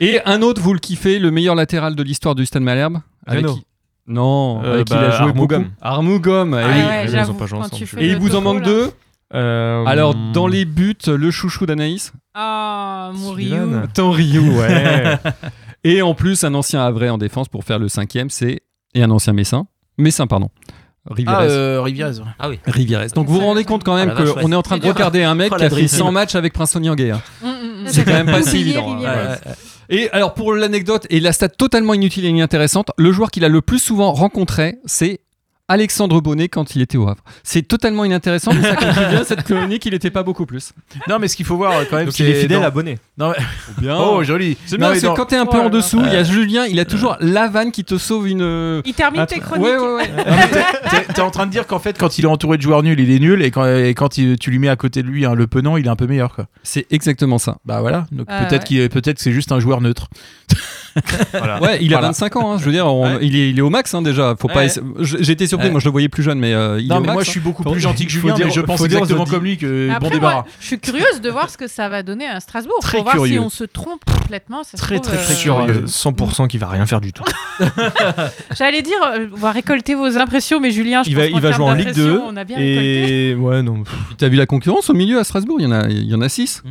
Et un autre, vous le kiffez, le meilleur latéral de l'histoire du Stade Malherbe avec Reno. qui- Non, Euh, avec qui bah, il a joué Armougom. beaucoup. Armougom, eh Ah oui. ouais, ils ont j'avoue, pas joué quand ensemble, tu je- fais Et le il vous en topo, manque là. deux. Euh, Alors, dans les buts, le chouchou d'Anaïs, Ah, Mouriou. Zidane. Tanriou, ouais. et en plus, un ancien Havrais en défense pour faire le cinquième, c'est. Et un ancien Messin. Messin, pardon. Rivérez. Ah, euh, Rivierez. ouais. Ah oui. Rivérez. Donc vous vous rendez compte quand même Ah la vache, qu'on est en train de regarder un mec Oh, la qui a fait dribble. 100 matchs avec Prince Onyangé. hein. Mm, mm, mm. C'est quand même pas si Oublié évident. hein. Rivierez. Ouais. Et alors pour l'anecdote et la stat totalement inutile et inintéressante, le joueur qu'il a le plus souvent rencontré, c'est Alexandre Bonnet quand il était au Havre. C'est totalement inintéressant, mais ça conclut bien cette chronique, il n'était pas beaucoup plus. Non, mais ce qu'il faut voir euh, quand même, Donc il est c'est fidèle dans- abonné. Non, mais- Bien. Oh, joli. C'est Non, bien mais parce que dans- quand t'es un peu en dessous, il y a Julien, il a toujours la vanne qui te sauve une. euh, Il termine tes Ouais, chroniques. ouais, ouais. Non, mais t'es- t'es- T'es en train de dire qu'en fait, quand il est entouré de joueurs nuls, il est nul, et quand, et quand il- tu lui mets à côté de lui hein, le penant, il est un peu meilleur. Quoi. C'est exactement ça. Bah voilà, donc Ah, peut-être ouais. qu'il est- peut-être que c'est juste un joueur neutre. Ouais, il a Voilà. 25 ans, hein, je veux dire, on- il, est, il est au max hein, déjà. Faut pas. Ouais. essa- je- J'étais surpris, Ouais. moi je le voyais plus jeune, mais euh, il est non, au mais max, moi hein. je suis beaucoup Faut- plus gentil que faut Julien, dire- mais je pense faut dire aux exactement auditeurs. comme lui que euh, Après, bon moi, débarras. je suis curieuse de voir ce que ça va donner à Strasbourg Très pour voir curieux. si on se trompe complètement. Ça se Très, trouve, très, euh, très Sur curieux. euh, 100% qu'il va rien faire du tout. J'allais dire, euh, on va récolter vos impressions, mais Julien, je Il pense va, qu'en il va termes jouer en Ligue d'impressions, 2. On a bien récolté. Et ouais, non. pff, T'as vu la concurrence au milieu à Strasbourg Il y en a, il y en a 6 Mm.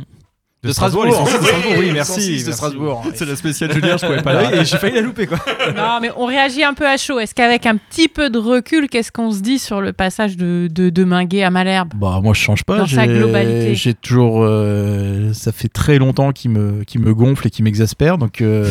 De Strasbourg, hein. ils sont six de oui, Strasbourg, ils oui, sont merci. six de merci. Strasbourg. hein. C'est la spéciale Julien, je pouvais pas Ah oui, et j'ai failli la louper quoi. Non, mais on réagit un peu à chaud. Est-ce qu'avec un petit peu de recul, qu'est-ce qu'on se dit sur le passage de, de, de Minguet à Malherbe Bah moi je change pas. Dans sa j'ai- globalité. J'ai toujours, euh, ça fait très longtemps qu'il me, qu'il me gonfle et qu'il m'exaspère. Donc, euh,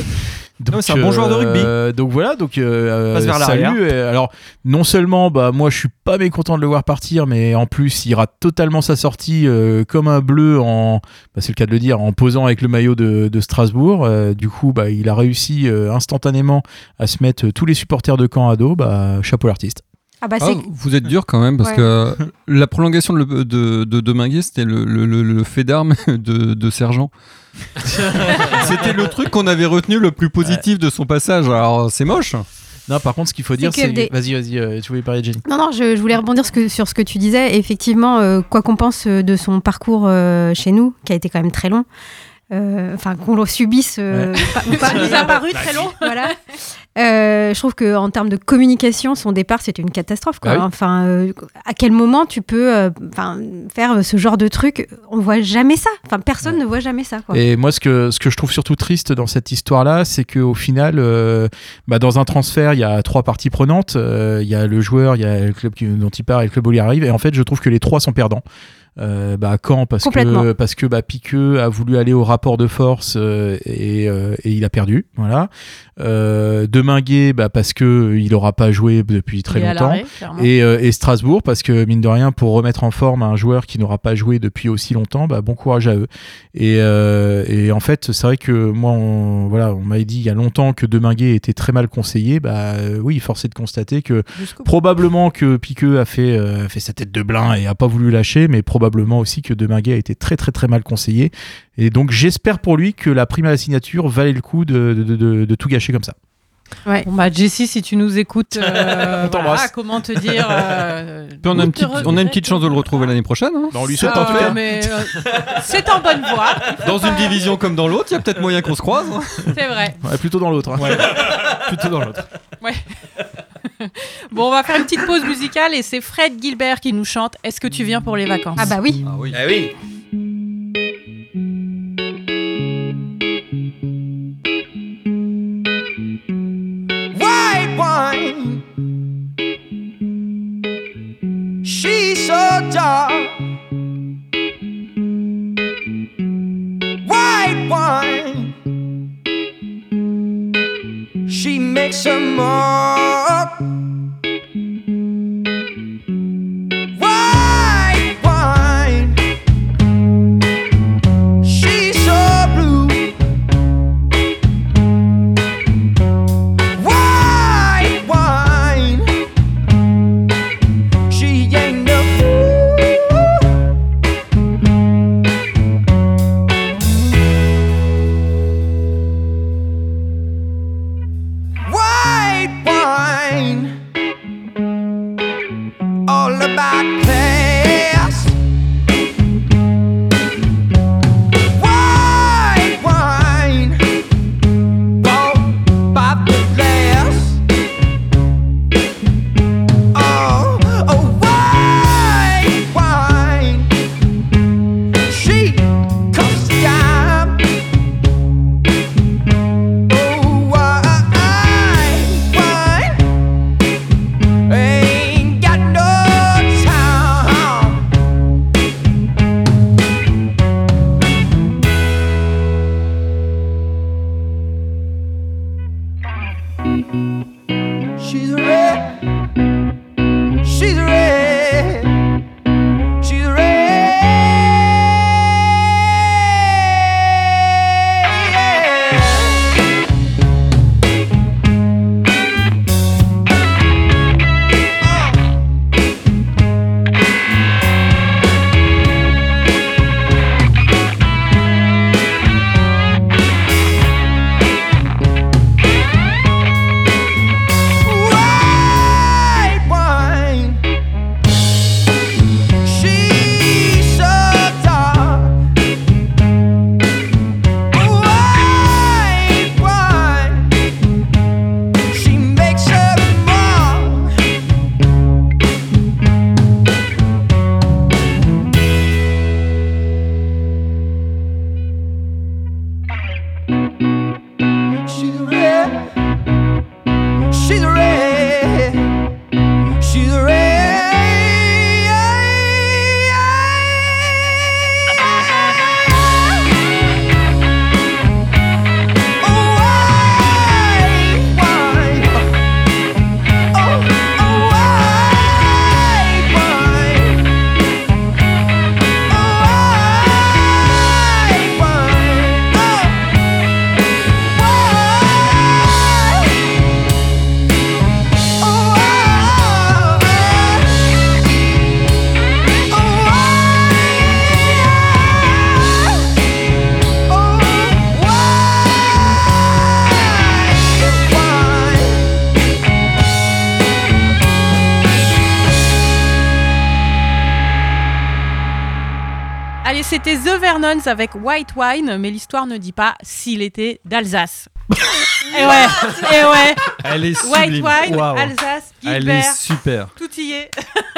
donc, mais c'est un bon joueur de rugby. euh, donc voilà, donc euh, Passe vers l'arrière. salut. Et alors non seulement bah moi je suis pas mécontent de le voir partir, mais en plus il rate totalement sa sortie euh, comme un bleu en, bah, c'est le cas de le dire, en posant avec le maillot de, de Strasbourg. Euh, du coup bah il a réussi euh, instantanément à se mettre euh, tous les supporters de camp à dos. Bah chapeau l'artiste. Ah bah Ah, c'est. vous êtes dur quand même parce Ouais. que euh, la prolongation de le- de, de, de Minguet, c'était le, le- le- le fait d'armes de, de Sergent. c'était le truc qu'on avait retenu le plus positif de son passage. Alors c'est moche. hein. Non par contre ce qu'il faut dire c'est, QFD. vas-y vas-y euh, tu voulais parler de Jenny. Non, non, je, je voulais rebondir ce que- sur ce que tu disais. Effectivement, euh, quoi qu'on pense euh, de son parcours euh, chez nous, qui a été quand même très long, euh, enfin qu'on le subisse euh, pas- ou pas, Ça nous a paru très long. voilà. Euh, je trouve que en termes de communication, son départ c'était une catastrophe. Quoi. Bah oui. Enfin, euh, à quel moment tu peux euh, enfin, faire ce genre de truc On voit jamais ça. Enfin, personne ne voit jamais ça. Quoi. Et moi, ce que, ce que je trouve surtout triste dans cette histoire-là, c'est qu'au final, euh, bah, dans un transfert, il y a trois parties prenantes. Euh, Il y a le joueur, il y a le club qui- dont il part et le club où il arrive. Et en fait, je trouve que les trois sont perdants. Euh, bah, quand parce que Complètement. parce que bah, Piqueux a voulu aller au rapport de force euh, et, euh, et il a perdu voilà euh, Deminguet bah, parce que il aura pas joué depuis très Il est à longtemps l'arrêt, clairement. et, euh, et Strasbourg, parce que mine de rien, pour remettre en forme un joueur qui n'aura pas joué depuis aussi longtemps, bah, bon courage à eux. Et, euh, et en fait, c'est vrai que moi, on, voilà, on m'avait dit il y a longtemps que Deminguet était très mal conseillé. Bah euh, oui, force est de constater que Jusqu'au bout. probablement que Piqueux a fait, euh, a fait sa tête de blin et a pas voulu lâcher, mais probablement aussi que Deminguet a été très très très mal conseillé. Et donc j'espère pour lui que la prime à la signature valait le coup de, de- de- de- de tout gâcher comme ça. Bon, bah, Jessie, si tu nous écoutes, euh, On t'embrasse. voilà, comment te dire euh, Puis on a, où une te petite, on a une petite chance de le retrouver l'année prochaine. hein. on lui regretter. souhaite en tout Euh, cas. mais, euh, C'est en bonne voie, Dans une division comme dans l'autre, il y a peut-être moyen qu'on se croise. hein. c'est vrai. Ouais, plutôt dans l'autre. hein. Plutôt dans l'autre. Bon, on va faire une petite pause musicale et c'est Fred Gilbert qui nous chante Est-ce que tu viens pour les vacances Ah bah oui. Eh oui white wine. She's so dark. White wine. She makes a mark. White wine. She's so blue. white wine. She ain't no fool. White wine. Oh, c'était The Vernons avec White Wine, mais l'histoire ne dit pas s'il était d'Alsace. et ouais, et ouais, Elle est White sublime. Wine, Waouh. Alsace, Elle est hyper, super. tout y est.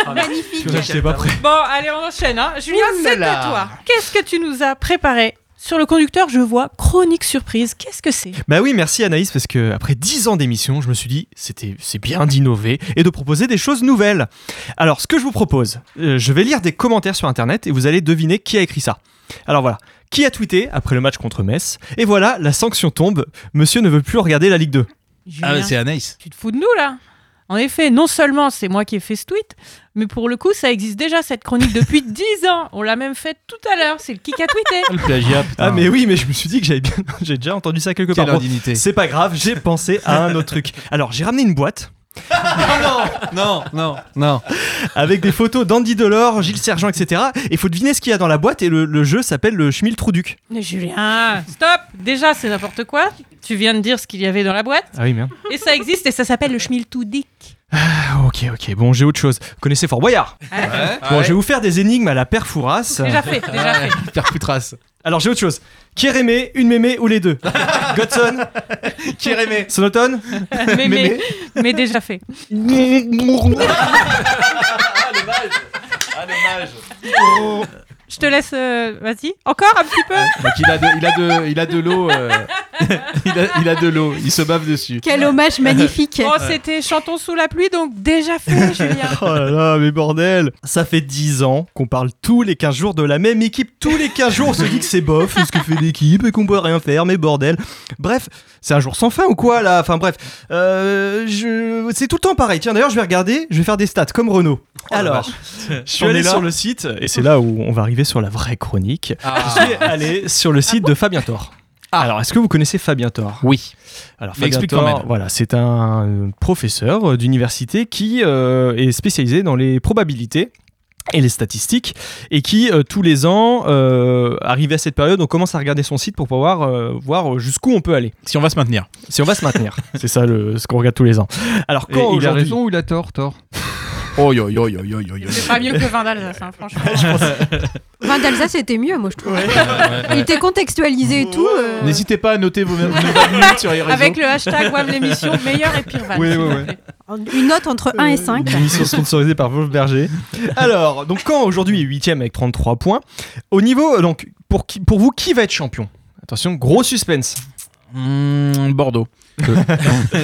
Ah, Magnifique. Je n'étais pas prêt. Bon, allez, on enchaîne. Hein. Julien, c'est à toi. Qu'est-ce que tu nous as préparé Sur le conducteur, je vois chronique surprise. Qu'est-ce que c'est Bah oui, merci Anaïs, parce que après 10 ans d'émission, je me suis dit, c'était, c'est bien d'innover et de proposer des choses nouvelles. Alors, ce que je vous propose, euh, je vais lire des commentaires sur Internet et vous allez deviner qui a écrit ça. Alors voilà, qui a tweeté après le match contre Metz Et voilà, la sanction tombe, monsieur ne veut plus regarder la Ligue 2. Julien, Ah, mais c'est Anaïs. tu te fous de nous là en effet, non seulement c'est moi qui ai fait ce tweet, mais pour le coup, ça existe déjà cette chronique depuis 10 ans. On l'a même fait tout à l'heure. C'est le qui qui a tweeté. Le plagiat, putain. Ah mais oui, mais je me suis dit que j'avais bien, j'ai déjà entendu ça quelque part. Quelle Bon, indignité. C'est pas grave, j'ai pensé à un autre truc. Alors j'ai ramené une boîte Non, non, non. avec des photos d'Andy Delors, Gilles Sergent, etc. Et faut deviner ce qu'il y a dans la boîte et le, le jeu s'appelle le Schmiltrouduc. Mais Julien, stop Déjà, c'est n'importe quoi. Tu viens de dire ce qu'il y avait dans la boîte. Ah oui, merde. Et ça existe et ça s'appelle le schmiltoudic. Ah, ok, ok, bon j'ai autre chose. Vous connaissez Fort Boyard Hein Bon, je vais vous faire des énigmes à la père Fouras. Déjà fait, déjà fait. Pierre Foutras. Alors j'ai autre chose. Qui est Rémé, une mémé ou les deux Godson Qui est Rémé Sonoton Mais, mais, mais déjà fait. Je te laisse, euh, vas-y. Encore un petit peu Donc il a de, il a de, il a de l'eau. euh, il, a, il a de l'eau. Il se bave dessus. Quel hommage magnifique. Bon, Oh, c'était Chantons sous la pluie, donc déjà fait, Julien. Oh là là, mais bordel Ça fait 10 ans qu'on parle tous les 15 jours de la même équipe. Tous les 15 jours, on se dit que c'est bof, ce que fait l'équipe et qu'on peut rien faire, mais bordel. Bref, c'est un jour sans fin ou quoi là Enfin bref, euh, je... c'est tout le temps pareil. Tiens, d'ailleurs, je vais regarder, je vais faire des stats comme Renault. Alors, Oh je suis T'en allé es là sur le site, Ah. et c'est là où on va arriver sur la vraie chronique. Ah. Je suis allé sur le site de Fabien Thor. Alors, est-ce que vous connaissez Fabien Thor Oui. alors, Mais Fabien explique Thor, quand même. Voilà, c'est un euh, professeur euh, d'université qui euh, est spécialisé dans les probabilités et les statistiques et qui euh, tous les ans euh, arrivé à cette période on commence à regarder son site pour pouvoir euh, voir jusqu'où on peut aller Si on va se maintenir. si on va se maintenir c'est ça le, ce qu'on regarde tous les ans alors Et quand il a aujourd'hui- raison ou il a tort, tort Oh yo yo yo yo yo yo. C'est pas mieux que vin d'Alsace, hein, franchement. Vin d'Alsace était mieux, moi je trouve. Il était contextualisé et tout. euh, N'hésitez pas à noter vos vos minutes sur les réseaux. Avec le hashtag WAM l'émission, meilleur et pire van. Oui, s'il oui, te oui. plaît. Une note entre 1 et 5. Euh, Une émission sponsorisée par Wolf Berger. Alors, donc quand aujourd'hui est 8 avec 33 points, au niveau, euh, donc pour, qui, pour vous, qui va être champion Attention, gros suspense. Mmh, Bordeaux.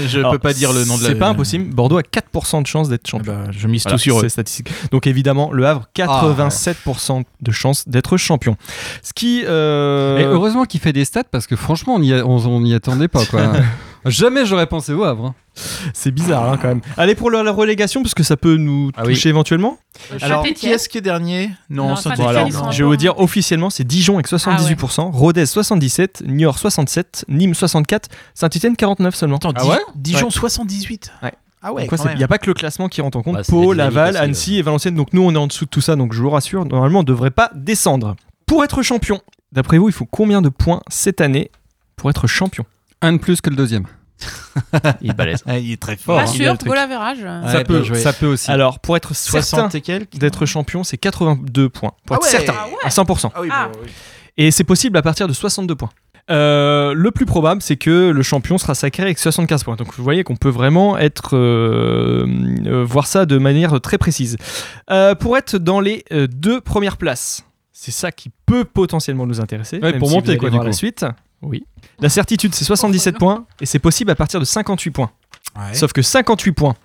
je Alors, peux pas dire le nom de la. Hmm, C'est pas impossible. Bordeaux a 4% de chance d'être Eh champion. ben, je mise Voilà, tout sur eux. c'est statistique. Donc évidemment, Le Ah, Havre 87% de chance d'être champion. Ce qui, euh, Et heureusement qu'il fait des stats parce que franchement, on y, a- on, on y attendait pas quoi. Jamais j'aurais pensé au Havre. hein. c'est bizarre hein, quand même. Allez pour la la relégation parce que ça peut nous Ah oui. toucher éventuellement. Alors, Qui est-ce qui est dernier Non, Saint-Étienne, Bon, alors, ils sont je vais vous dire officiellement, c'est Dijon avec 78%, Rodez 77, Niort 67, Nîmes 64, Saint-Etienne 49 seulement. Attends, Ah Di- ouais Dijon Ouais. 78. Ouais. Ah ouais, Donc quoi, quand c'est- même. il n'y a pas que le classement qui rentre en compte. Bah, c'est Pau, des dynamiques Laval, aussi, Annecy et Valenciennes. Donc nous, on est en dessous de tout ça. Donc je vous rassure, normalement, on ne devrait pas descendre. Pour être champion, d'après vous, il faut combien de points cette année pour être champion Un de plus que le deuxième. Il balèze. Ah, il est très fort. Pas hein. sûr, Il a le goal average. euh, Ouais, bien joué. peut aussi. Alors, pour être truc. certain 60 et quelques. d'être champion, c'est 82 points. Pour Ah être ouais. certain, Ah ouais. à 100%. Ah oui, Ah. bon, oui. Et c'est possible à partir de 62 points. Euh, le plus probable, c'est que le champion sera sacré avec 75 points. Donc vous voyez qu'on peut vraiment être euh, euh, voir ça de manière très précise. Euh, pour être dans les euh, deux premières places, c'est ça qui peut potentiellement nous intéresser. Ouais, même pour si monter, vous allez quoi, du voir coup. la suite. Oui. La certitude, c'est 77 points et c'est possible à partir de 58 points. Ouais. Sauf que 58 points,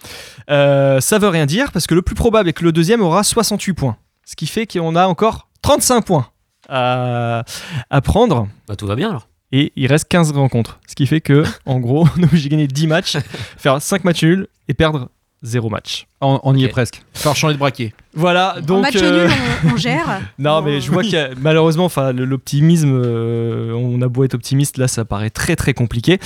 euh, ça veut rien dire parce que le plus probable est que le deuxième aura 68 points. Ce qui fait qu'on a encore 35 points à, à prendre Bah, tout va bien alors. et il reste 15 rencontres. Ce qui fait que, en gros, on est obligé de gagner 10 matchs, faire 5 matchs nuls et perdre 0 match. on, on y est Ok. presque. Faut changer de braquet. Voilà, En donc. match euh, nul, on, on gère. Non, mais je vois qu'il y a- malheureusement, enfin, le- l'optimisme, euh, on a beau être optimiste, là, ça paraît très très compliqué.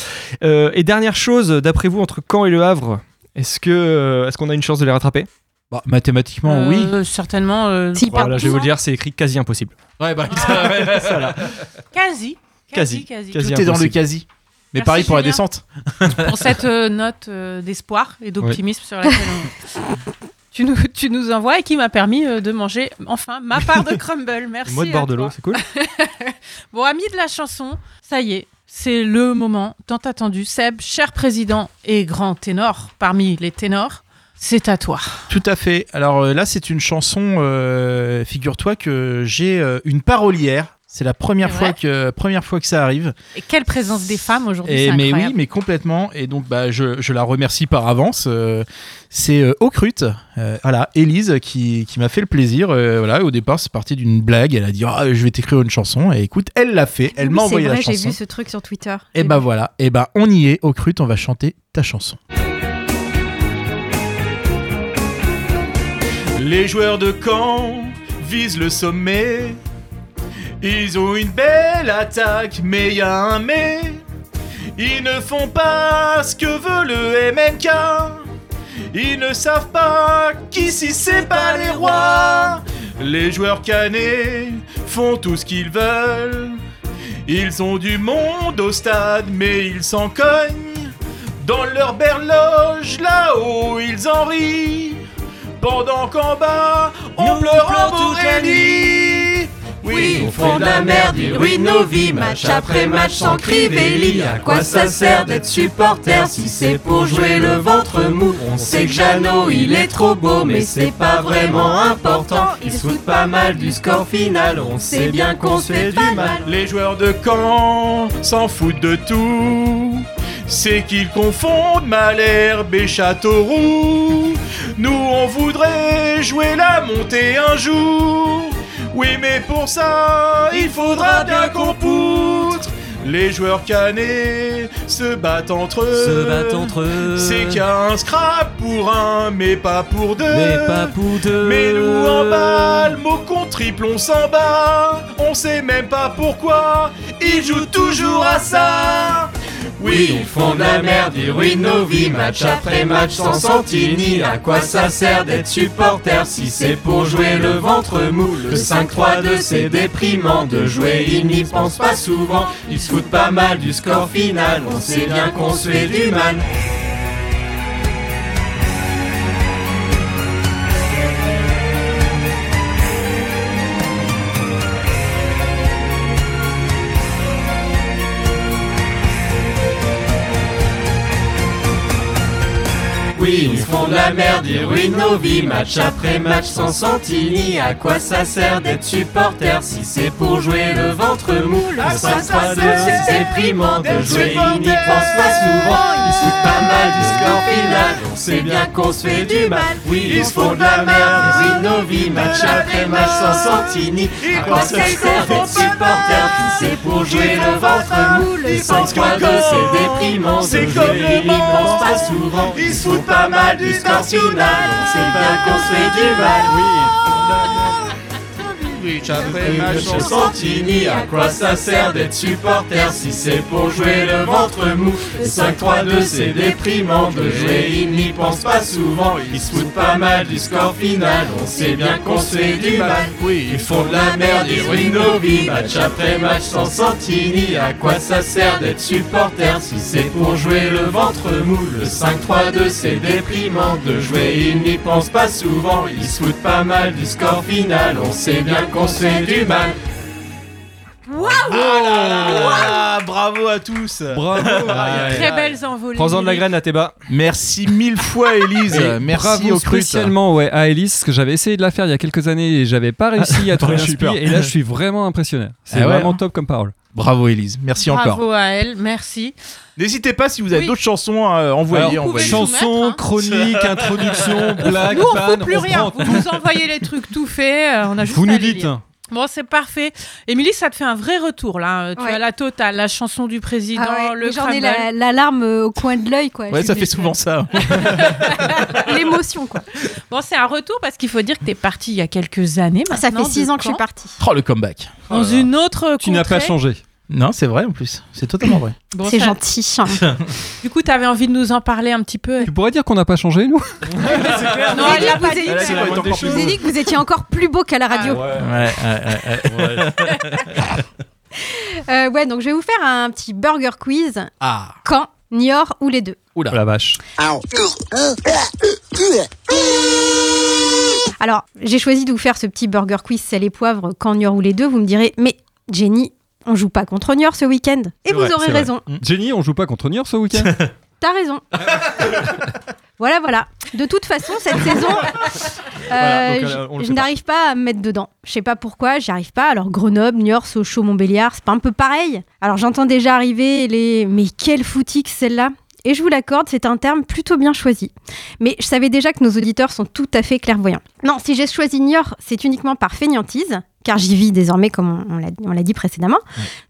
Euh, et dernière chose, d'après vous, entre Caen et Le Havre, est-ce que euh, est-ce qu'on a une chance de les rattraper Bah, mathématiquement, oui. euh, Certainement. euh, S'il part Voilà, je vais vous le dire, c'est écrit quasi impossible. Ouais, bah, ça, ouais. Quasi. Quasi, quasi. quasi. tout est dans le impossible. quasi. Mais Merci, pareil pour la Julien. descente. Pour cette euh, note euh, d'espoir et d'optimisme sur laquelle tu nous, tu nous envoies et qui m'a permis euh, de manger enfin ma part de crumble. Merci. Moi de à bord de l'eau, toi. c'est cool. Bon, ami de la chanson, ça y est, c'est le moment tant attendu. Seb, cher président et grand ténor parmi les ténors, c'est à toi. Tout à fait. Alors euh, là, c'est une chanson. euh, Figure-toi que j'ai euh, une parolière. C'est la première C'est fois vrai que première fois que ça arrive. Et quelle présence des femmes aujourd'hui, Et c'est Eh, mais oui, incroyable. mais complètement. Et donc, bah, je, je la remercie par avance. Euh, c'est euh, Ocrute, euh, voilà, Élise qui, qui m'a fait le plaisir. Euh, voilà, au départ, c'est parti d'une blague. Elle a dit, Ah, je vais t'écrire une chanson. Et écoute, elle l'a fait. Elle Oui, m'a c'est envoyé vrai, la J'ai chanson. vu ce truc sur Twitter. Et bah voilà. Et bah, on y est. Ocrute, on va chanter ta chanson. Les joueurs de camp visent le sommet. Ils ont une belle attaque, mais y a un mais. Ils ne font pas ce que veut le MNK. Ils ne savent pas qu'ici c'est pas les rois. Les joueurs canés font tout ce qu'ils veulent. Ils ont du monde au stade, mais ils s'en cognent. Dans leur berloge, là-haut, ils en rient. Pendant qu'en bas, on pleure en Borélie. Oui, ils font de la merde, ils ruinent nos vies, match après match sans Crivelli. À quoi ça sert d'être supporter si c'est pour jouer le ventre mou On sait que Jeannot il est trop beau, mais c'est pas vraiment important. Ils se foutent pas mal du score final, on sait bien qu'on se fait du mal. Les joueurs de Caen s'en foutent de tout. C'est qu'ils confondent Malherbe et Châteauroux. Nous, on voudrait jouer la montée un jour. Oui, mais pour ça, il faudra bien qu'on poutre. Les joueurs canés se battent entre eux. Se battent entre eux. C'est qu'il y a un scrap pour un, mais pas pour deux. Mais pas pour deux. Mais nous en bas, le mot qu'on triple, on s'en bat. On sait même pas pourquoi. Ils jouent toujours à ça. Oui, ils font de la merde, ils ruinent nos vies, match après match sans Santini. À quoi ça sert d'être supporter si c'est pour jouer le ventre mou Le 5-3-2 c'est déprimant, de jouer ils n'y pensent pas souvent. Ils se foutent pas mal du score final, on sait bien qu'on se fait du mal. Oui, ils font de la merde, ils ruinent nos vies, match après match sans Santini. À quoi ça sert d'être supporter Ah, si c'est pour jouer le ventre mou Le À quoi ça 5-3-2, sert c'est déprimant de d'être jouer, ils n'y supporter pensent pas souvent. Ils se foutent pas mal du score final, on sait bien qu'on se fait du mal. Oui, ils se font de la merde, ils ruinent nos vies, match après match sans Santini. À quoi ça sert d'être supporter si c'est pour jouer le ventre mou Le 5-3-2, c'est déprimant C'est de comme jouer, le ils n'y pensent monde. pas souvent. Ils se foutent pas mal du score final. C'est bien qu'on se fait du mal, oui. Je Santini, à quoi ça sert d'être supporter si c'est pour jouer le ventre mou Le 5-3-2, c'est déprimant de jouer, ils n'y pensent pas souvent. Ils se foutent pas mal du score final, on sait bien qu'on se fait du mal. Oui, ils font de la merde, ils ruinent nos vies, match après match sans Santini. À quoi ça sert d'être supporter si c'est pour jouer le ventre mou Le 5-3-2, c'est déprimant de jouer, ils n'y pensent pas souvent. Ils se foutent pas mal du score final, on sait bien qu'on se fait du mal. Ah, bravo à tous. Bravo. Ah, Très belles envolées. Prends-en de la graine à tes bas. Merci mille fois, Élise. Merci Bravo au crut. spécialement ouais, à Elise, parce que j'avais essayé de la faire il y a quelques années et j'avais pas réussi à trouver j'ai eu l'inspire. Ah, peur. Et là, je suis vraiment impressionné. C'est Ah ouais, vraiment hein. top comme parole. Bravo, Élise. Merci encore. Bravo à elle, merci. N'hésitez pas si vous avez Oui. d'autres chansons à envoyer. Alors, pouvez- envoyez. Chanson, soumettre, hein. chronique, introduction, blague, Nous, on ne fout plus rien. Vous nous envoyez les trucs tout faits. euh, On a juste Vous à nous les dites. lire. Bon, c'est parfait. Émilie, ça te fait un vrai retour, là. Euh, Tu Ouais. as la totale, la chanson du président, Ah ouais, le mais J'en ai crumble. la, la larme euh, au coin de l'œil, quoi. Ouais, Je- ça fait souvent ça. L'émotion, quoi. Bon, c'est un retour parce qu'il faut dire que t'es parti il y a quelques années maintenant. Ah, Ça fait de 6 ans que je suis Caen, partie. Oh, le comeback. Dans une autre Tu n'as pas contrée. changé. Non, c'est vrai en plus. C'est totalement vrai. Bon, C'est ça- gentil. hein. Du coup, t'avais envie de nous en parler un petit peu. Tu pourrais dire qu'on n'a pas changé, nous Oh Non, elle Ah, l'a pas dit. Vous avez C'est la moindre des Je vous ai choses. dit que vous étiez encore plus beau qu'à la radio. Ouais, ouais, ouais, ouais. Euh, ouais, donc je vais vous faire un petit burger quiz. Ah, Caen, Niort ou les deux La vache. Alors, j'ai choisi de vous faire ce petit burger quiz sel et poivre quand Niort ou les deux. Vous me direz, mais Jenny, on joue pas contre Niort ce week-end. Et C'est vous vrai, aurez c'est vrai. raison. Jenny, on joue pas contre Nier ce week-end T'as raison. voilà, voilà. De toute façon, cette saison, Voilà, donc, euh, euh, on le je- fait je n'arrive pas à me mettre dedans. Je sais pas pourquoi, j'y arrive pas. Alors Grenoble, Niort, Sochaux, Montbéliard, c'est pas un peu pareil Alors j'entends déjà arriver les mais quelle foutix celle-là et je vous l'accorde, c'est un terme plutôt bien choisi. Mais je savais déjà que nos auditeurs sont tout à fait clairvoyants. Non, si j'ai choisi Niort, c'est uniquement par fainéantise, car j'y vis désormais, comme on- on l'a- on l'a dit précédemment.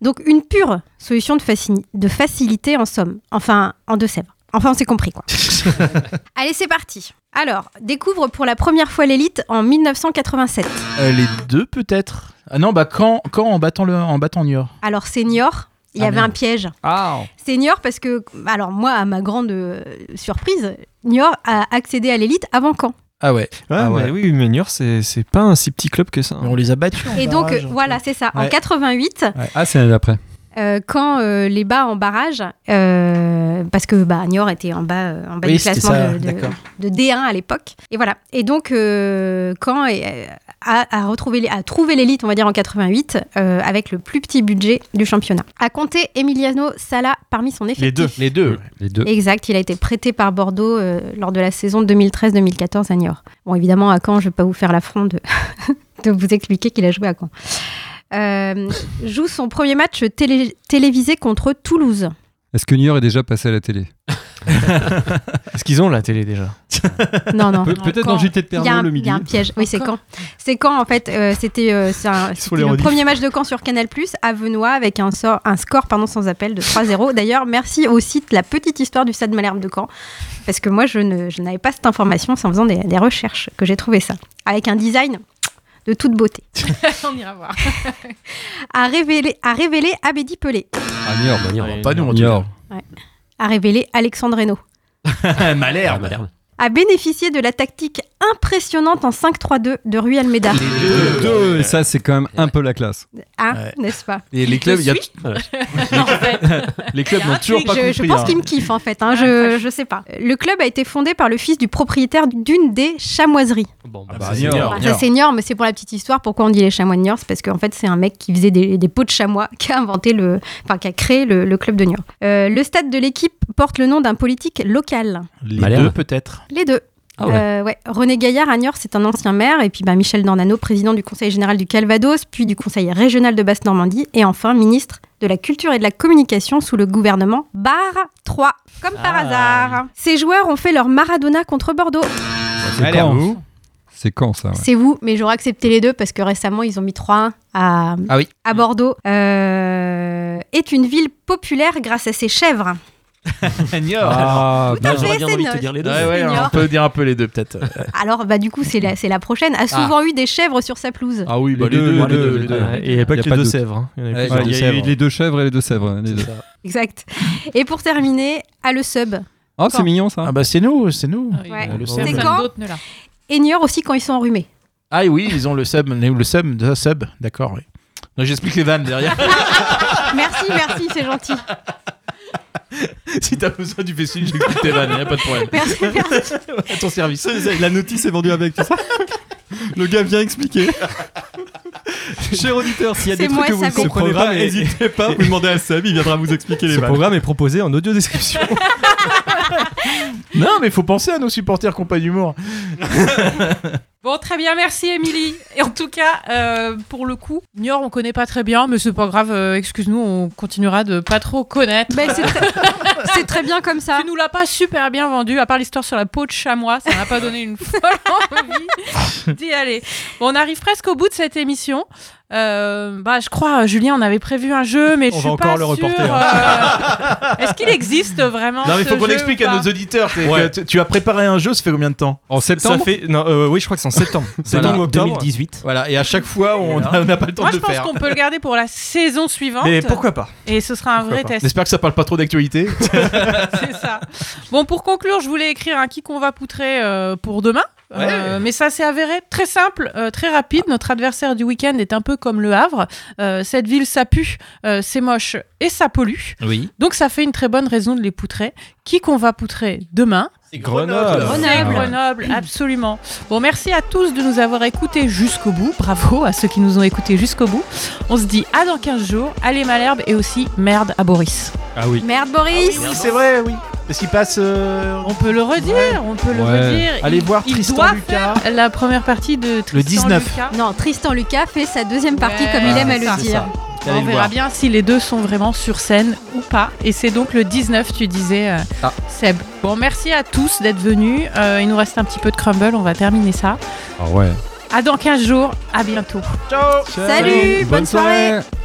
Donc une pure solution de, faci- de facilité en somme. Enfin, en Deux-Sèvres. Enfin, on s'est compris quoi. Allez, c'est parti. Alors, découvre pour la première fois l'élite en 1987. Euh, les deux peut-être. Ah non, bah quand, quand en battant le, en battant New York. Alors, senior, il y Ah, avait merde. un piège. Ah Senior, parce que, alors moi, à ma grande euh, surprise, Niort a accédé à l'élite avant quand Ah ouais. Ah ouais. mais oui, mais Niort, c'est c'est pas un si petit club que ça. hein. Mais on les a battus. en Et donc, barrage. euh, voilà, c'est ça. En Ah, Ouais. 88, Ah, c'est l'année d'après. euh, quand euh, les bas en barrage, euh, parce que bah, Niort était en bas, euh, en bas Oui, du c'était classement ça, de, de- d'accord. de D1 à l'époque. Et voilà. Et donc, euh, quand euh, a, a retrouvé, a trouvé l'élite, on va dire en 88, euh, avec le plus petit budget du championnat. A compté Emiliano Sala parmi son effectif. Les deux. Les deux. Les deux. Exact, il a été prêté par Bordeaux euh, lors de la saison 2013-2014 à Niort. Bon, évidemment, à Caen, je ne vais pas vous faire l'affront de, de vous expliquer qu'il a joué à Caen. Euh, joue son premier match télé- télévisé contre Toulouse. Est-ce que Nier est déjà passé à la télé Est-ce qu'ils ont la télé déjà Non, non. Pe- Non, Peut-être quand dans JT de Il y, a Pernod un, le il y midi. a un piège. Oui, c'est Encore. Caen. C'est Caen, en fait. euh, C'était euh, c'est un- Sur c'était les le rediffs. premier match de Caen sur Canal à Venoy avec un, sort, un score pardon, sans appel de 3-0. D'ailleurs, merci au site La Petite Histoire du Stade Malherbe de Caen. Parce que moi, je ne- je n'avais pas cette information. C'est en faisant des, des recherches que j'ai trouvé ça. Avec un design de toute beauté. on ira voir. A révélé, a révélé Abedi Pelé. Ah, Nier, bah, Niort. Bah, pas nous en tout Niort. cas. A révélé Alexandre Reynaud. Ah, Ah, Malherbe. Malherbe. A bénéficié de la tactique impressionnante en 5-3-2 de Rui Almeida. Les deux, et ça, c'est quand même un peu la classe. Hein, Ouais. n'est-ce pas Et les clubs, il y a- Ah Non, en fait, les clubs Il y a n'ont un toujours truc, pas je, compris. je pense hein. qu'il me kiffe en fait, hein, je, je sais pas. Le club a été fondé par le fils du propriétaire d'une des chamoiseries. Bon, Ah bah, bah, c'est Niort. Niort. Enfin, ça c'est Niort, mais c'est pour la petite histoire. Pourquoi on dit les chamois de Niort C'est parce qu'en fait c'est un mec qui faisait des, des pots de chamois, qui a inventé le, enfin qui a créé le, le club de Niort. Euh, le stade de l'équipe porte le nom d'un politique local. Les Malherbe. deux peut-être. Les deux. Ah ouais. Euh, ouais. René Gaillard à Niort, c'est un ancien maire, et puis bah, Michel Dornano, président du Conseil général du Calvados, puis du Conseil régional de Basse-Normandie, et enfin ministre de la Culture et de la Communication sous le gouvernement Barre 3, comme par Ah. hasard. Ces joueurs ont fait leur Maradona contre Bordeaux. C'est quand hein C'est quand ça ouais. C'est vous, mais j'aurais accepté les deux parce que récemment, ils ont mis 3-1 à, Ah oui. à Bordeaux. Euh, est une ville populaire grâce à ses chèvres. Niort. Ah, Tout à fait, Bah, Ah, J'aurais bien c'est envie de te neutre. dire les deux. Ouais, ouais, on Niort. peut dire un peu les deux peut-être. Alors, bah, du coup, c'est la, c'est la prochaine. Ah. A souvent eu des chèvres sur sa pelouse. Ah oui, bah, les deux, les deux, les deux. Ouais, Et il n'y a pas Y a que pas les deux de- Sèvres. hein. Il y en avait Ouais, plus. Ouais, Il y a eu Deux-Sèvres. les deux chèvres et les deux sèvres. les deux. Exact. Et pour terminer, à le sub. Ah, c'est Quand mignon ça. Ah bah c'est nous, c'est nous. Ouais. Le Personne sub. C'est quand d'autre ne l'a. Et Niort aussi quand ils sont enrhumés. Ah oui, ils ont le sub, le sub, le sub, d'accord. Oui. Non, J'explique les vannes derrière. Merci, merci, c'est gentil. si t'as besoin du festival, j'explique tes vannes, y a pas de problème. Merci, merci. À ton service. La notice est vendue avec, tout ça Le gars vient expliquer. Cher auditeur, s'il y a C'est des moi, trucs que vous ça ne compte. comprenez Ce pas, programme est- n'hésitez pas, vous demandez à Seb, il viendra vous expliquer les Ce programme est proposé en audio description. Non, mais faut penser à nos supporters qui ont pas d'humour. Bon, très bien, merci Émilie. Et en tout cas, euh, pour le coup, Niort, on connaît pas très bien, mais c'est pas grave, euh, excuse-nous, on continuera de pas trop connaître. Ben, c'est, très, c'est très bien comme ça. Tu nous l'as pas super bien vendu, à part l'histoire sur la peau de chamois, ça m'a pas donné une folle envie d'y aller. Bon, on arrive presque au bout de cette émission. Euh, bah, je crois, Julien, on avait prévu un jeu, mais On je va suis encore pas le reporter, sûre, euh, Est-ce qu'il existe vraiment hein. Non, mais ce faut qu'on jeu explique ou à pas nos auditeurs. t'es- Ouais. que tu- Tu as préparé un jeu, ça fait combien de temps En Ça septembre fait. Non, euh, oui, je crois que c'est en septembre. Voilà. Septembre ou octobre. 2018. Voilà, et à chaque fois, on n'a pas le temps Moi, de je le pense faire. qu'on peut le garder pour la saison suivante. Mais pourquoi pas Et ce sera un vrai pas. test. J'espère que ça parle pas trop d'actualité. C'est ça. Bon, pour conclure, je voulais écrire un qui qu'on va poutrer euh, pour demain. Euh, mais ça s'est avéré très simple, euh, très rapide. Notre adversaire du week-end est un peu comme le Havre. Euh, cette ville, ça pue, euh, c'est moche et ça pollue. Oui. Donc ça fait une très bonne raison de les poutrer. Qui qu'on va poutrer demain Euh, Grenoble. C'est Grenoble, absolument. Bon, merci à tous de nous avoir écoutés jusqu'au bout. Bravo à ceux qui nous ont écoutés jusqu'au bout. On se dit à dans 15 jours. Allez, Malherbe et aussi merde à Boris. Ah oui. Merde, Boris Oui, c'est vrai, oui. Parce qu'il passe. euh, On peut le redire, on peut le Ouais. redire. Allez Il- voir il Tristan doit Lucas. faire la première partie de Tristan 19. Lucas. Non, Tristan Lucas fait sa deuxième partie Ouais. comme il aime à Ah, le c'est dire. allez On le verra voir. bien si les deux sont vraiment sur scène ou pas. Et c'est donc le 19, tu disais, euh, Ah. Seb. Bon, merci à tous d'être venus. Euh, il nous reste un petit peu de crumble, on va terminer ça. Ah ouais. À dans 15 jours, à bientôt. Salut, bonne soirée. soirée.